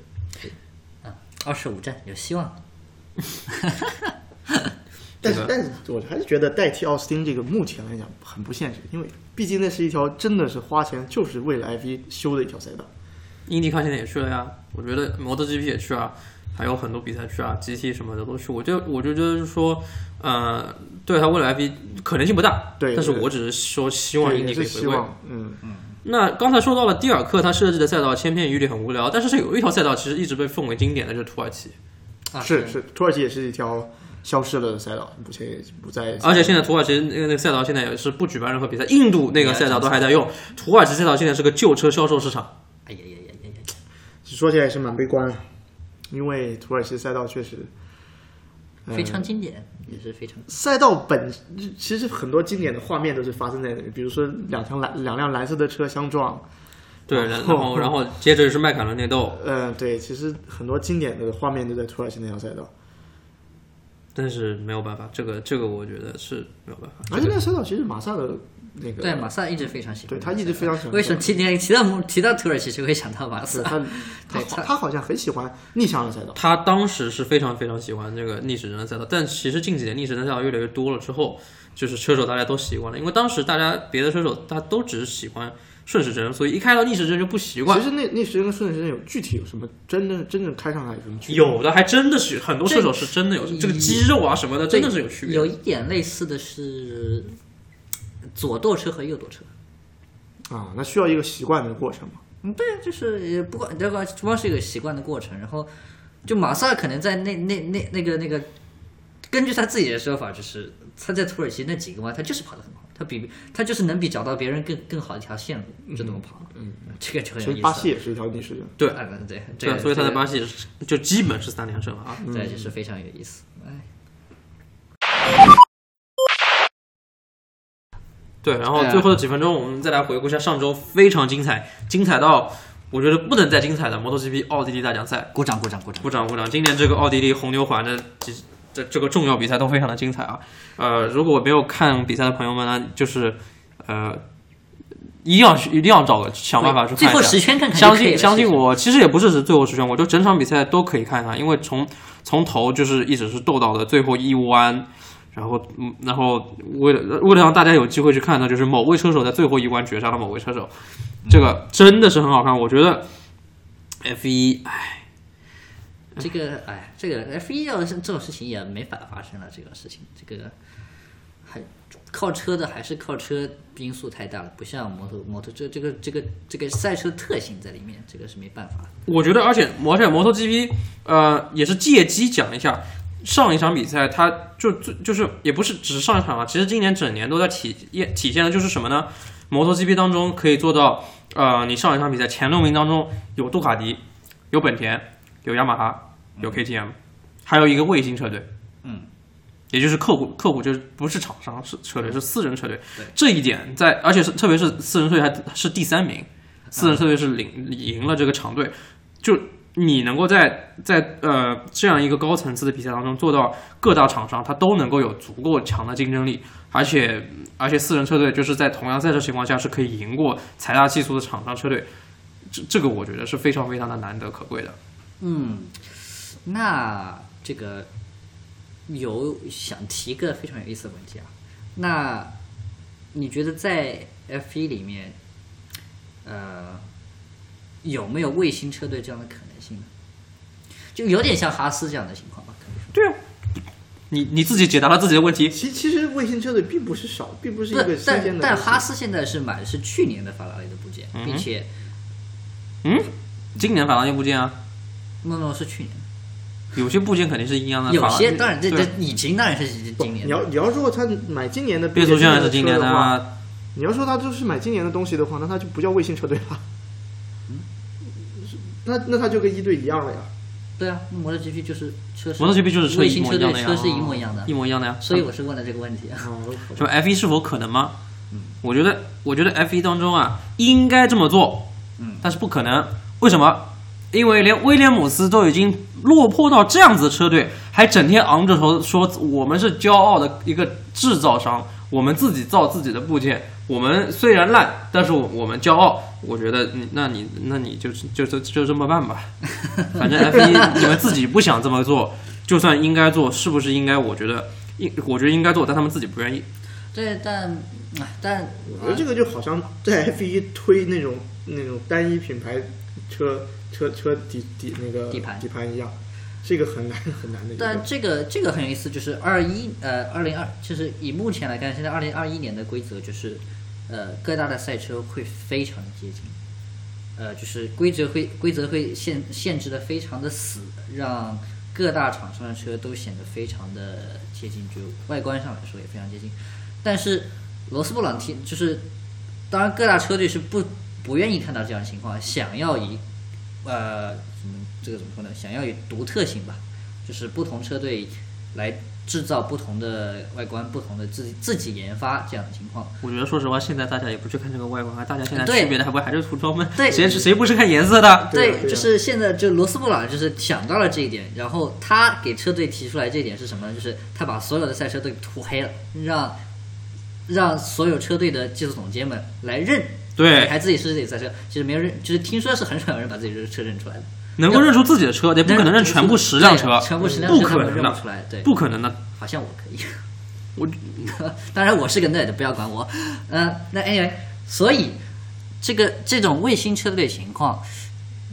[SPEAKER 3] 二十五站有希望。
[SPEAKER 2] 这
[SPEAKER 4] 但是
[SPEAKER 2] 个
[SPEAKER 4] 但是，我还是觉得代替奥斯汀这个目前来讲很不现实，因为毕竟那是一条真的是花钱就是为了 F 1修的一条赛道。
[SPEAKER 2] 英迪康现在也去了呀，我觉得摩托 GP 也去啊，还有很多比赛去啊，GT 什么的都去。我就我就觉得就是说，呃，对他未来 F 可能性不大，
[SPEAKER 4] 对
[SPEAKER 2] 但是
[SPEAKER 4] 对
[SPEAKER 2] 我只是说希望
[SPEAKER 4] 对
[SPEAKER 2] 英迪
[SPEAKER 4] 也
[SPEAKER 2] 可
[SPEAKER 4] 是
[SPEAKER 2] 以
[SPEAKER 4] 希
[SPEAKER 2] 回归。
[SPEAKER 4] 望，嗯嗯，
[SPEAKER 2] 那刚才说到了蒂尔克，他设计的赛道千篇一律很无聊，但是是有一条赛道其实一直被奉为经典的，就是土耳其，
[SPEAKER 3] 啊，
[SPEAKER 4] 是是，土耳其也是一条消失了的赛道，目前也不在。
[SPEAKER 2] 而且现在土耳其那个那个赛道现在也是不举办任何比赛，印度那个赛道都还在用，土耳其赛道现在是个旧车销售市场。
[SPEAKER 3] 哎呀呀呀呀呀！
[SPEAKER 4] 说起来也是蛮悲观啊的，因为土耳其赛道确实，呃
[SPEAKER 3] 非常经典，也是非常
[SPEAKER 4] 赛道本其实很多经典的画面都是发生在那里，比如说两条蓝两辆蓝色的车相撞，
[SPEAKER 2] 对，
[SPEAKER 4] 哦
[SPEAKER 2] 然后然后接着就是迈凯伦内斗，
[SPEAKER 4] 呃，对，其实很多经典的画面都在土耳其那条赛道，
[SPEAKER 2] 但是没有办法，这个这个我觉得是没有办法。
[SPEAKER 4] 而且那条赛道其实马萨的那个
[SPEAKER 3] 对马萨一直非常喜欢，
[SPEAKER 4] 对他一直非常喜 欢
[SPEAKER 3] 为什么提提提到穆提到土耳其就会想到马
[SPEAKER 4] 对
[SPEAKER 3] 萨？
[SPEAKER 4] 他他
[SPEAKER 3] 对
[SPEAKER 4] 好
[SPEAKER 3] 他
[SPEAKER 4] 他好像很喜欢逆向的赛道，
[SPEAKER 2] 他当时是非常非常喜欢这个逆时针的赛道，但其实近几年逆时针赛道越来越多了之后，就是车手大家都习惯了，因为当时大家别的车手他都只是喜欢顺时针，所以一开到逆时针就不习惯
[SPEAKER 4] 其。实那那时间跟顺时针有具体有什么真正真正开上来有什么区别？
[SPEAKER 2] 有的还真的是很多车手是真的有
[SPEAKER 3] 这嗯
[SPEAKER 2] 这个肌肉啊什么的，真的是有区别
[SPEAKER 3] 有
[SPEAKER 2] 的。
[SPEAKER 3] 一点类似的是左舵车和右舵车。
[SPEAKER 4] 啊，那需要一个习惯的过程嘛。
[SPEAKER 3] 嗯，对，就是也不管这个，主要是一个习惯的过程。然后，就马萨可能在那那那那个那个，根据他自己的说法，就是他在土耳其那几个弯，他就是跑得很好，他比他就是能比找到别人更更好一条线路，就这么跑。嗯，这个就很
[SPEAKER 4] 其
[SPEAKER 3] 有
[SPEAKER 4] 实
[SPEAKER 3] 意思。
[SPEAKER 4] 巴西也是一条逆时针，
[SPEAKER 2] 对
[SPEAKER 3] 啊，对对，嗯这
[SPEAKER 2] 对，
[SPEAKER 3] 个
[SPEAKER 2] 所以他在巴
[SPEAKER 3] 西，
[SPEAKER 2] 西是就基本是三连胜了啊。
[SPEAKER 3] 对，也是非常有意思。哎，
[SPEAKER 2] 对，然
[SPEAKER 3] 啊
[SPEAKER 2] 后最后的几分钟，我们再来回顾一下上周非常精彩，精彩到我觉得不能再精彩的摩托 GP 奥地利大奖赛。
[SPEAKER 3] 鼓掌鼓掌鼓掌！
[SPEAKER 2] 鼓掌鼓掌！今年这个奥地利红牛环的几这这个重要比赛都非常的精彩啊。呃，如果没有看比赛的朋友们呢，就是呃，一定要去一定要找个想办法去看一
[SPEAKER 3] 最
[SPEAKER 2] 下。
[SPEAKER 3] 后十圈看看就
[SPEAKER 2] 相
[SPEAKER 3] 可以
[SPEAKER 2] 信
[SPEAKER 3] 了
[SPEAKER 2] 相信
[SPEAKER 3] 其实
[SPEAKER 2] 我，其实也不是指最后十圈，我就整场比赛都可以看看，啊因为从从头就是一直是斗到的最后一弯。然后，嗯，然后为了为了让大家有机会去看呢，就是某位车手在最后一弯绝杀了某位车手，这个真的是很好看。我觉得 F 一，哎，
[SPEAKER 3] 这个哎，这个 F 一要是这种事情也没法发生了，这个事情，这个还靠车的还是靠车因素太大了，不像摩托摩托这这个这个这个赛车特性在里面，这个是没办法的。
[SPEAKER 2] 我觉得，而且而且摩托 GP，呃，也是借机讲一下，上一场比赛，他就最就是也不是只是上一场啊，其实今年整年都在体验体现的就是什么呢？摩托 GP 当中可以做到，呃，你上一场比赛前六名当中有杜卡迪、有本田、有雅马哈、有 KTM，还有一个卫星车队，
[SPEAKER 3] 嗯，
[SPEAKER 2] 也就是客户客户就是不是厂商是车队是私人车队
[SPEAKER 3] 对，
[SPEAKER 2] 这一点在而且是特别是私人车队还是第三名，私人车队是领赢了这个厂队，就你能够在在呃这样一个高层次的比赛当中做到各大厂商它都能够有足够强的竞争力，而且而且四人车队就是在同样赛车情况下是可以赢过财大气粗的厂商车队，这这个我觉得是非常非常的难得可贵的。
[SPEAKER 3] 嗯，那这个有想提个非常有意思的问题啊，那你觉得在 F 一里面，呃，有没有卫星车队这样的可能性呢？就有点像哈斯这样的情况吧，可能
[SPEAKER 2] 对啊，你你自己解答了自己的问题，
[SPEAKER 4] 其其实卫星车队并不是少，并不是一个
[SPEAKER 3] 不
[SPEAKER 4] 新鲜
[SPEAKER 3] 但
[SPEAKER 4] 的。
[SPEAKER 3] 但哈，斯现在是买的是去年的法拉利的部件，
[SPEAKER 2] 嗯哼
[SPEAKER 3] 并且
[SPEAKER 2] 嗯，今年法拉利部件啊，
[SPEAKER 3] no no 是去年，
[SPEAKER 2] 有些部件肯定是一样的，
[SPEAKER 3] 有
[SPEAKER 2] 啊法拉
[SPEAKER 3] 些
[SPEAKER 2] 利
[SPEAKER 3] 当然这
[SPEAKER 2] 对
[SPEAKER 3] 这已经当然是今年
[SPEAKER 4] 你
[SPEAKER 3] 的
[SPEAKER 4] 要你要说他买今年的
[SPEAKER 2] 变速箱也是今年
[SPEAKER 4] 的
[SPEAKER 2] 的
[SPEAKER 4] 话，
[SPEAKER 2] 啊，
[SPEAKER 4] 你要说他就是买今年的东西的话，那他就不叫卫星车队了。
[SPEAKER 2] 嗯
[SPEAKER 4] 那那他就跟一队一样了呀。
[SPEAKER 3] 对啊，摩托 GP 就是车是
[SPEAKER 2] 摩托 GP 就是车
[SPEAKER 3] 卫
[SPEAKER 2] 一
[SPEAKER 3] 星
[SPEAKER 2] 模
[SPEAKER 3] 车
[SPEAKER 2] 一样
[SPEAKER 3] 队
[SPEAKER 2] 的呀，
[SPEAKER 3] 车是一模一样的
[SPEAKER 2] 一，模一样的呀，
[SPEAKER 3] 所以我是问了这个问题。
[SPEAKER 4] 哦，
[SPEAKER 2] 就 F 一是否可能吗？我觉得，我觉得 F 一当中啊，应该这么做，
[SPEAKER 3] 嗯，
[SPEAKER 2] 但是不可能。为什么？因为连威廉姆斯都已经落魄到这样子的车队，还整天昂着头说我们是骄傲的一个制造商，我们自己造自己的部件，我们虽然烂，但是我我们骄傲。我觉得你，那你那你就就就就这么办吧，反正 F 一你们自己不想这么做，就算应该做，是不是应该？我觉得应，我觉得应该做，但他们自己不愿意。
[SPEAKER 3] 对，但哎但
[SPEAKER 4] 我觉得这个就好像在 F 一推那种那种单一品牌车车车底底那个
[SPEAKER 3] 底盘
[SPEAKER 4] 底盘一样，是一个很难很难的一
[SPEAKER 3] 但
[SPEAKER 4] 个。
[SPEAKER 3] 这个这个很有意思，就是二一呃二零二，就是以目前来看，现在二零二一年的规则就是，呃各大的赛车会非常接近，呃就是规则会规则会限限制的非常的死，让各大厂商的车都显得非常的接近，就外观上来说也非常接近。但是罗斯布朗提就是，当然各大车队是不不愿意看到这样的情况，想要以呃怎么这个怎么说呢？想要以独特性吧，就是不同车队来制造不同的外观、不同的自己自己研发这样的情况。
[SPEAKER 2] 我觉得说实话，现在大家也不去看这个外观啊，大家现在
[SPEAKER 3] 对
[SPEAKER 2] 区别的还不还是涂装吗？
[SPEAKER 3] 对
[SPEAKER 2] 谁谁不是看颜色的？
[SPEAKER 4] 对啊对啊
[SPEAKER 3] 就是现在就罗斯布朗就是想到了这一点，然后他给车队提出来这一点是什么呢？就是他把所有的赛车都给涂黑了，让让所有车队的技术总监们来认，
[SPEAKER 2] 对
[SPEAKER 3] 还自己是自己赛车，其实没有认，就是听说是很少有人把自己的车认出来的，
[SPEAKER 2] 能够认出自己的车，也不可能认全部十辆车
[SPEAKER 3] 对，全部十辆
[SPEAKER 2] 不
[SPEAKER 3] 车
[SPEAKER 2] 可
[SPEAKER 3] 都
[SPEAKER 2] 能
[SPEAKER 3] 认不
[SPEAKER 2] 的，
[SPEAKER 3] 出来，对，
[SPEAKER 2] 不可能的。
[SPEAKER 3] 好像我可以。
[SPEAKER 2] 我
[SPEAKER 3] 当然我是个 nerd，不要管我。呃，那 anyway，所以这个这种卫星车队情况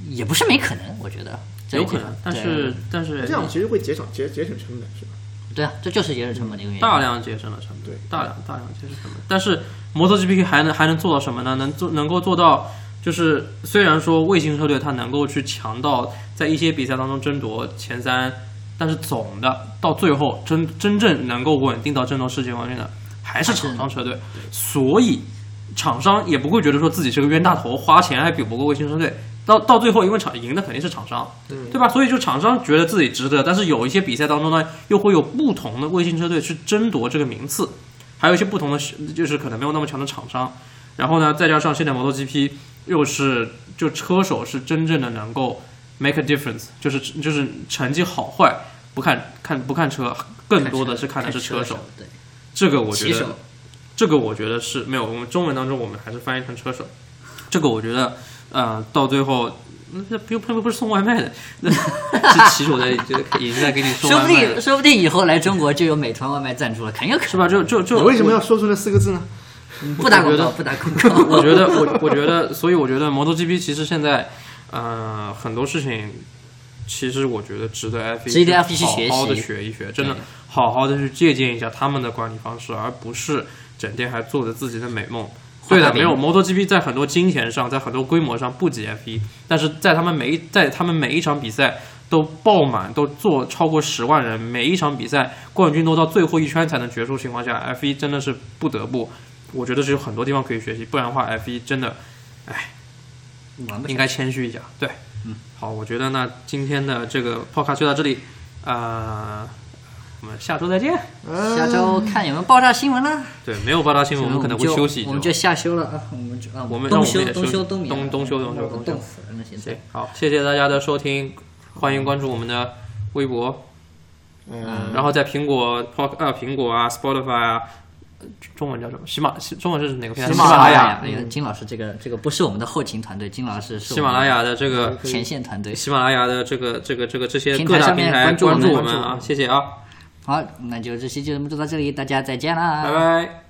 [SPEAKER 3] 也不是没可能，我觉得这
[SPEAKER 2] 有可
[SPEAKER 3] 这
[SPEAKER 2] 能
[SPEAKER 3] 个，
[SPEAKER 2] 但
[SPEAKER 3] 对
[SPEAKER 2] 是但是
[SPEAKER 4] 这样其实会节省节节省成本是吧？
[SPEAKER 3] 对啊，这就是节省成本的一个原因。
[SPEAKER 2] 大量节省了成本
[SPEAKER 4] 对，
[SPEAKER 2] 大量大量节省成本。但是摩托 GP 还能还能做到什么呢？能做能够做到，就是虽然说卫星车队它能够去强到在一些比赛当中争夺前三，但是总的到最后真真正能够稳定到争夺世界冠军的还是厂商车队，所以厂商也不会觉得说自己是个冤大头，花钱还比不过卫星车队。到到最后，因为厂赢的肯定是厂商，
[SPEAKER 4] 嗯，
[SPEAKER 2] 对吧？所以就厂商觉得自己值得，但是有一些比赛当中呢，又会有不同的卫星车队去争夺这个名次，还有一些不同的是，就是可能没有那么强的厂商。然后呢，再加上现在摩托 GP 又是就车手是真正的能够 make a difference，就是就是成绩好坏不看看不看车，更多的是看的是
[SPEAKER 3] 车
[SPEAKER 2] 车手。，
[SPEAKER 3] 对，
[SPEAKER 2] 这个我觉
[SPEAKER 3] 骑
[SPEAKER 2] 得
[SPEAKER 3] 手，
[SPEAKER 2] 这个我觉得是没有，我们中文当中我们还是翻译成车手。这个我觉得，呃，到最后，嗯那不用他们不是送外卖的， 那是骑手在就是已经在给你送
[SPEAKER 3] 说
[SPEAKER 2] 外
[SPEAKER 3] 不
[SPEAKER 2] 卖
[SPEAKER 3] 定
[SPEAKER 2] 了，
[SPEAKER 3] 说不定以后来中国就有美团外卖赞助了，很有可
[SPEAKER 2] 是吧？就就就
[SPEAKER 4] 你为什么要说出那四个字呢？
[SPEAKER 3] 能不打广
[SPEAKER 2] 我觉
[SPEAKER 3] 告，
[SPEAKER 2] 得
[SPEAKER 3] 不打广告。
[SPEAKER 2] 我觉得，我我觉得，所以我觉得 MotoGP 其实现在，呃，很多事情，其实我觉得值得 F
[SPEAKER 3] 值得 F1 去学习
[SPEAKER 2] 好好的学一学，真的
[SPEAKER 3] 对
[SPEAKER 2] 好好的去借鉴一下他们的管理方式，而不是整天还做着自己的美梦。
[SPEAKER 3] 画
[SPEAKER 2] 对
[SPEAKER 3] 大
[SPEAKER 2] 的，没
[SPEAKER 3] 饼
[SPEAKER 2] 有 MotoGP 在很多金钱上，在很多规模上不及 F1，但是在他们每一在他们每一场比赛都爆满，都坐超过十万人，每一场比赛冠军都到最后一圈才能决出情况下，F 一真的是不得不，我觉得是有很多地方可以学习，不然的话 F 一真的
[SPEAKER 3] 玩不起
[SPEAKER 2] 应该谦虚一下。对，嗯，好，我觉得那今天的这个 podcast 就到这里，呃，我们下周再见。
[SPEAKER 3] 下周看有没有爆炸新闻啦。
[SPEAKER 2] 对，没有爆炸新闻，我们可能会
[SPEAKER 3] 就
[SPEAKER 2] 休息一周。
[SPEAKER 3] 我们就下休了啊，我们就啊，
[SPEAKER 2] 我们让
[SPEAKER 3] 冬
[SPEAKER 2] 我们
[SPEAKER 3] 休
[SPEAKER 2] 也
[SPEAKER 3] 冬
[SPEAKER 2] 休
[SPEAKER 3] 休冬眠了，
[SPEAKER 2] 冬冬休冬休
[SPEAKER 3] 我
[SPEAKER 2] 冬休
[SPEAKER 3] 冻死人了现在
[SPEAKER 2] 对。，好，谢谢大家的收听，欢迎关注我们的微博，
[SPEAKER 4] 嗯，
[SPEAKER 2] 然后在苹果 p o 呃苹果啊 Spotify 啊，中文叫什么？喜马喜中文是哪个平台？
[SPEAKER 4] 喜
[SPEAKER 2] 马
[SPEAKER 4] 马
[SPEAKER 2] 拉
[SPEAKER 4] 拉
[SPEAKER 2] 雅
[SPEAKER 4] 雅
[SPEAKER 3] 哎呀，金老师这个这个不是我们的后勤团队，金老师是
[SPEAKER 2] 喜马拉雅的这个
[SPEAKER 3] 我们前线团队。
[SPEAKER 2] 喜马拉雅的这个这个这个这些
[SPEAKER 3] 平台
[SPEAKER 2] 各大
[SPEAKER 3] 上
[SPEAKER 2] 平
[SPEAKER 3] 面
[SPEAKER 2] 台
[SPEAKER 3] 关注我
[SPEAKER 2] 关
[SPEAKER 3] 们
[SPEAKER 2] 注我们
[SPEAKER 3] 关注我
[SPEAKER 2] 啊，
[SPEAKER 3] 们
[SPEAKER 2] 谢谢啊，
[SPEAKER 3] 好，那就这期节目就到这里，大家再见啦，
[SPEAKER 2] 拜拜。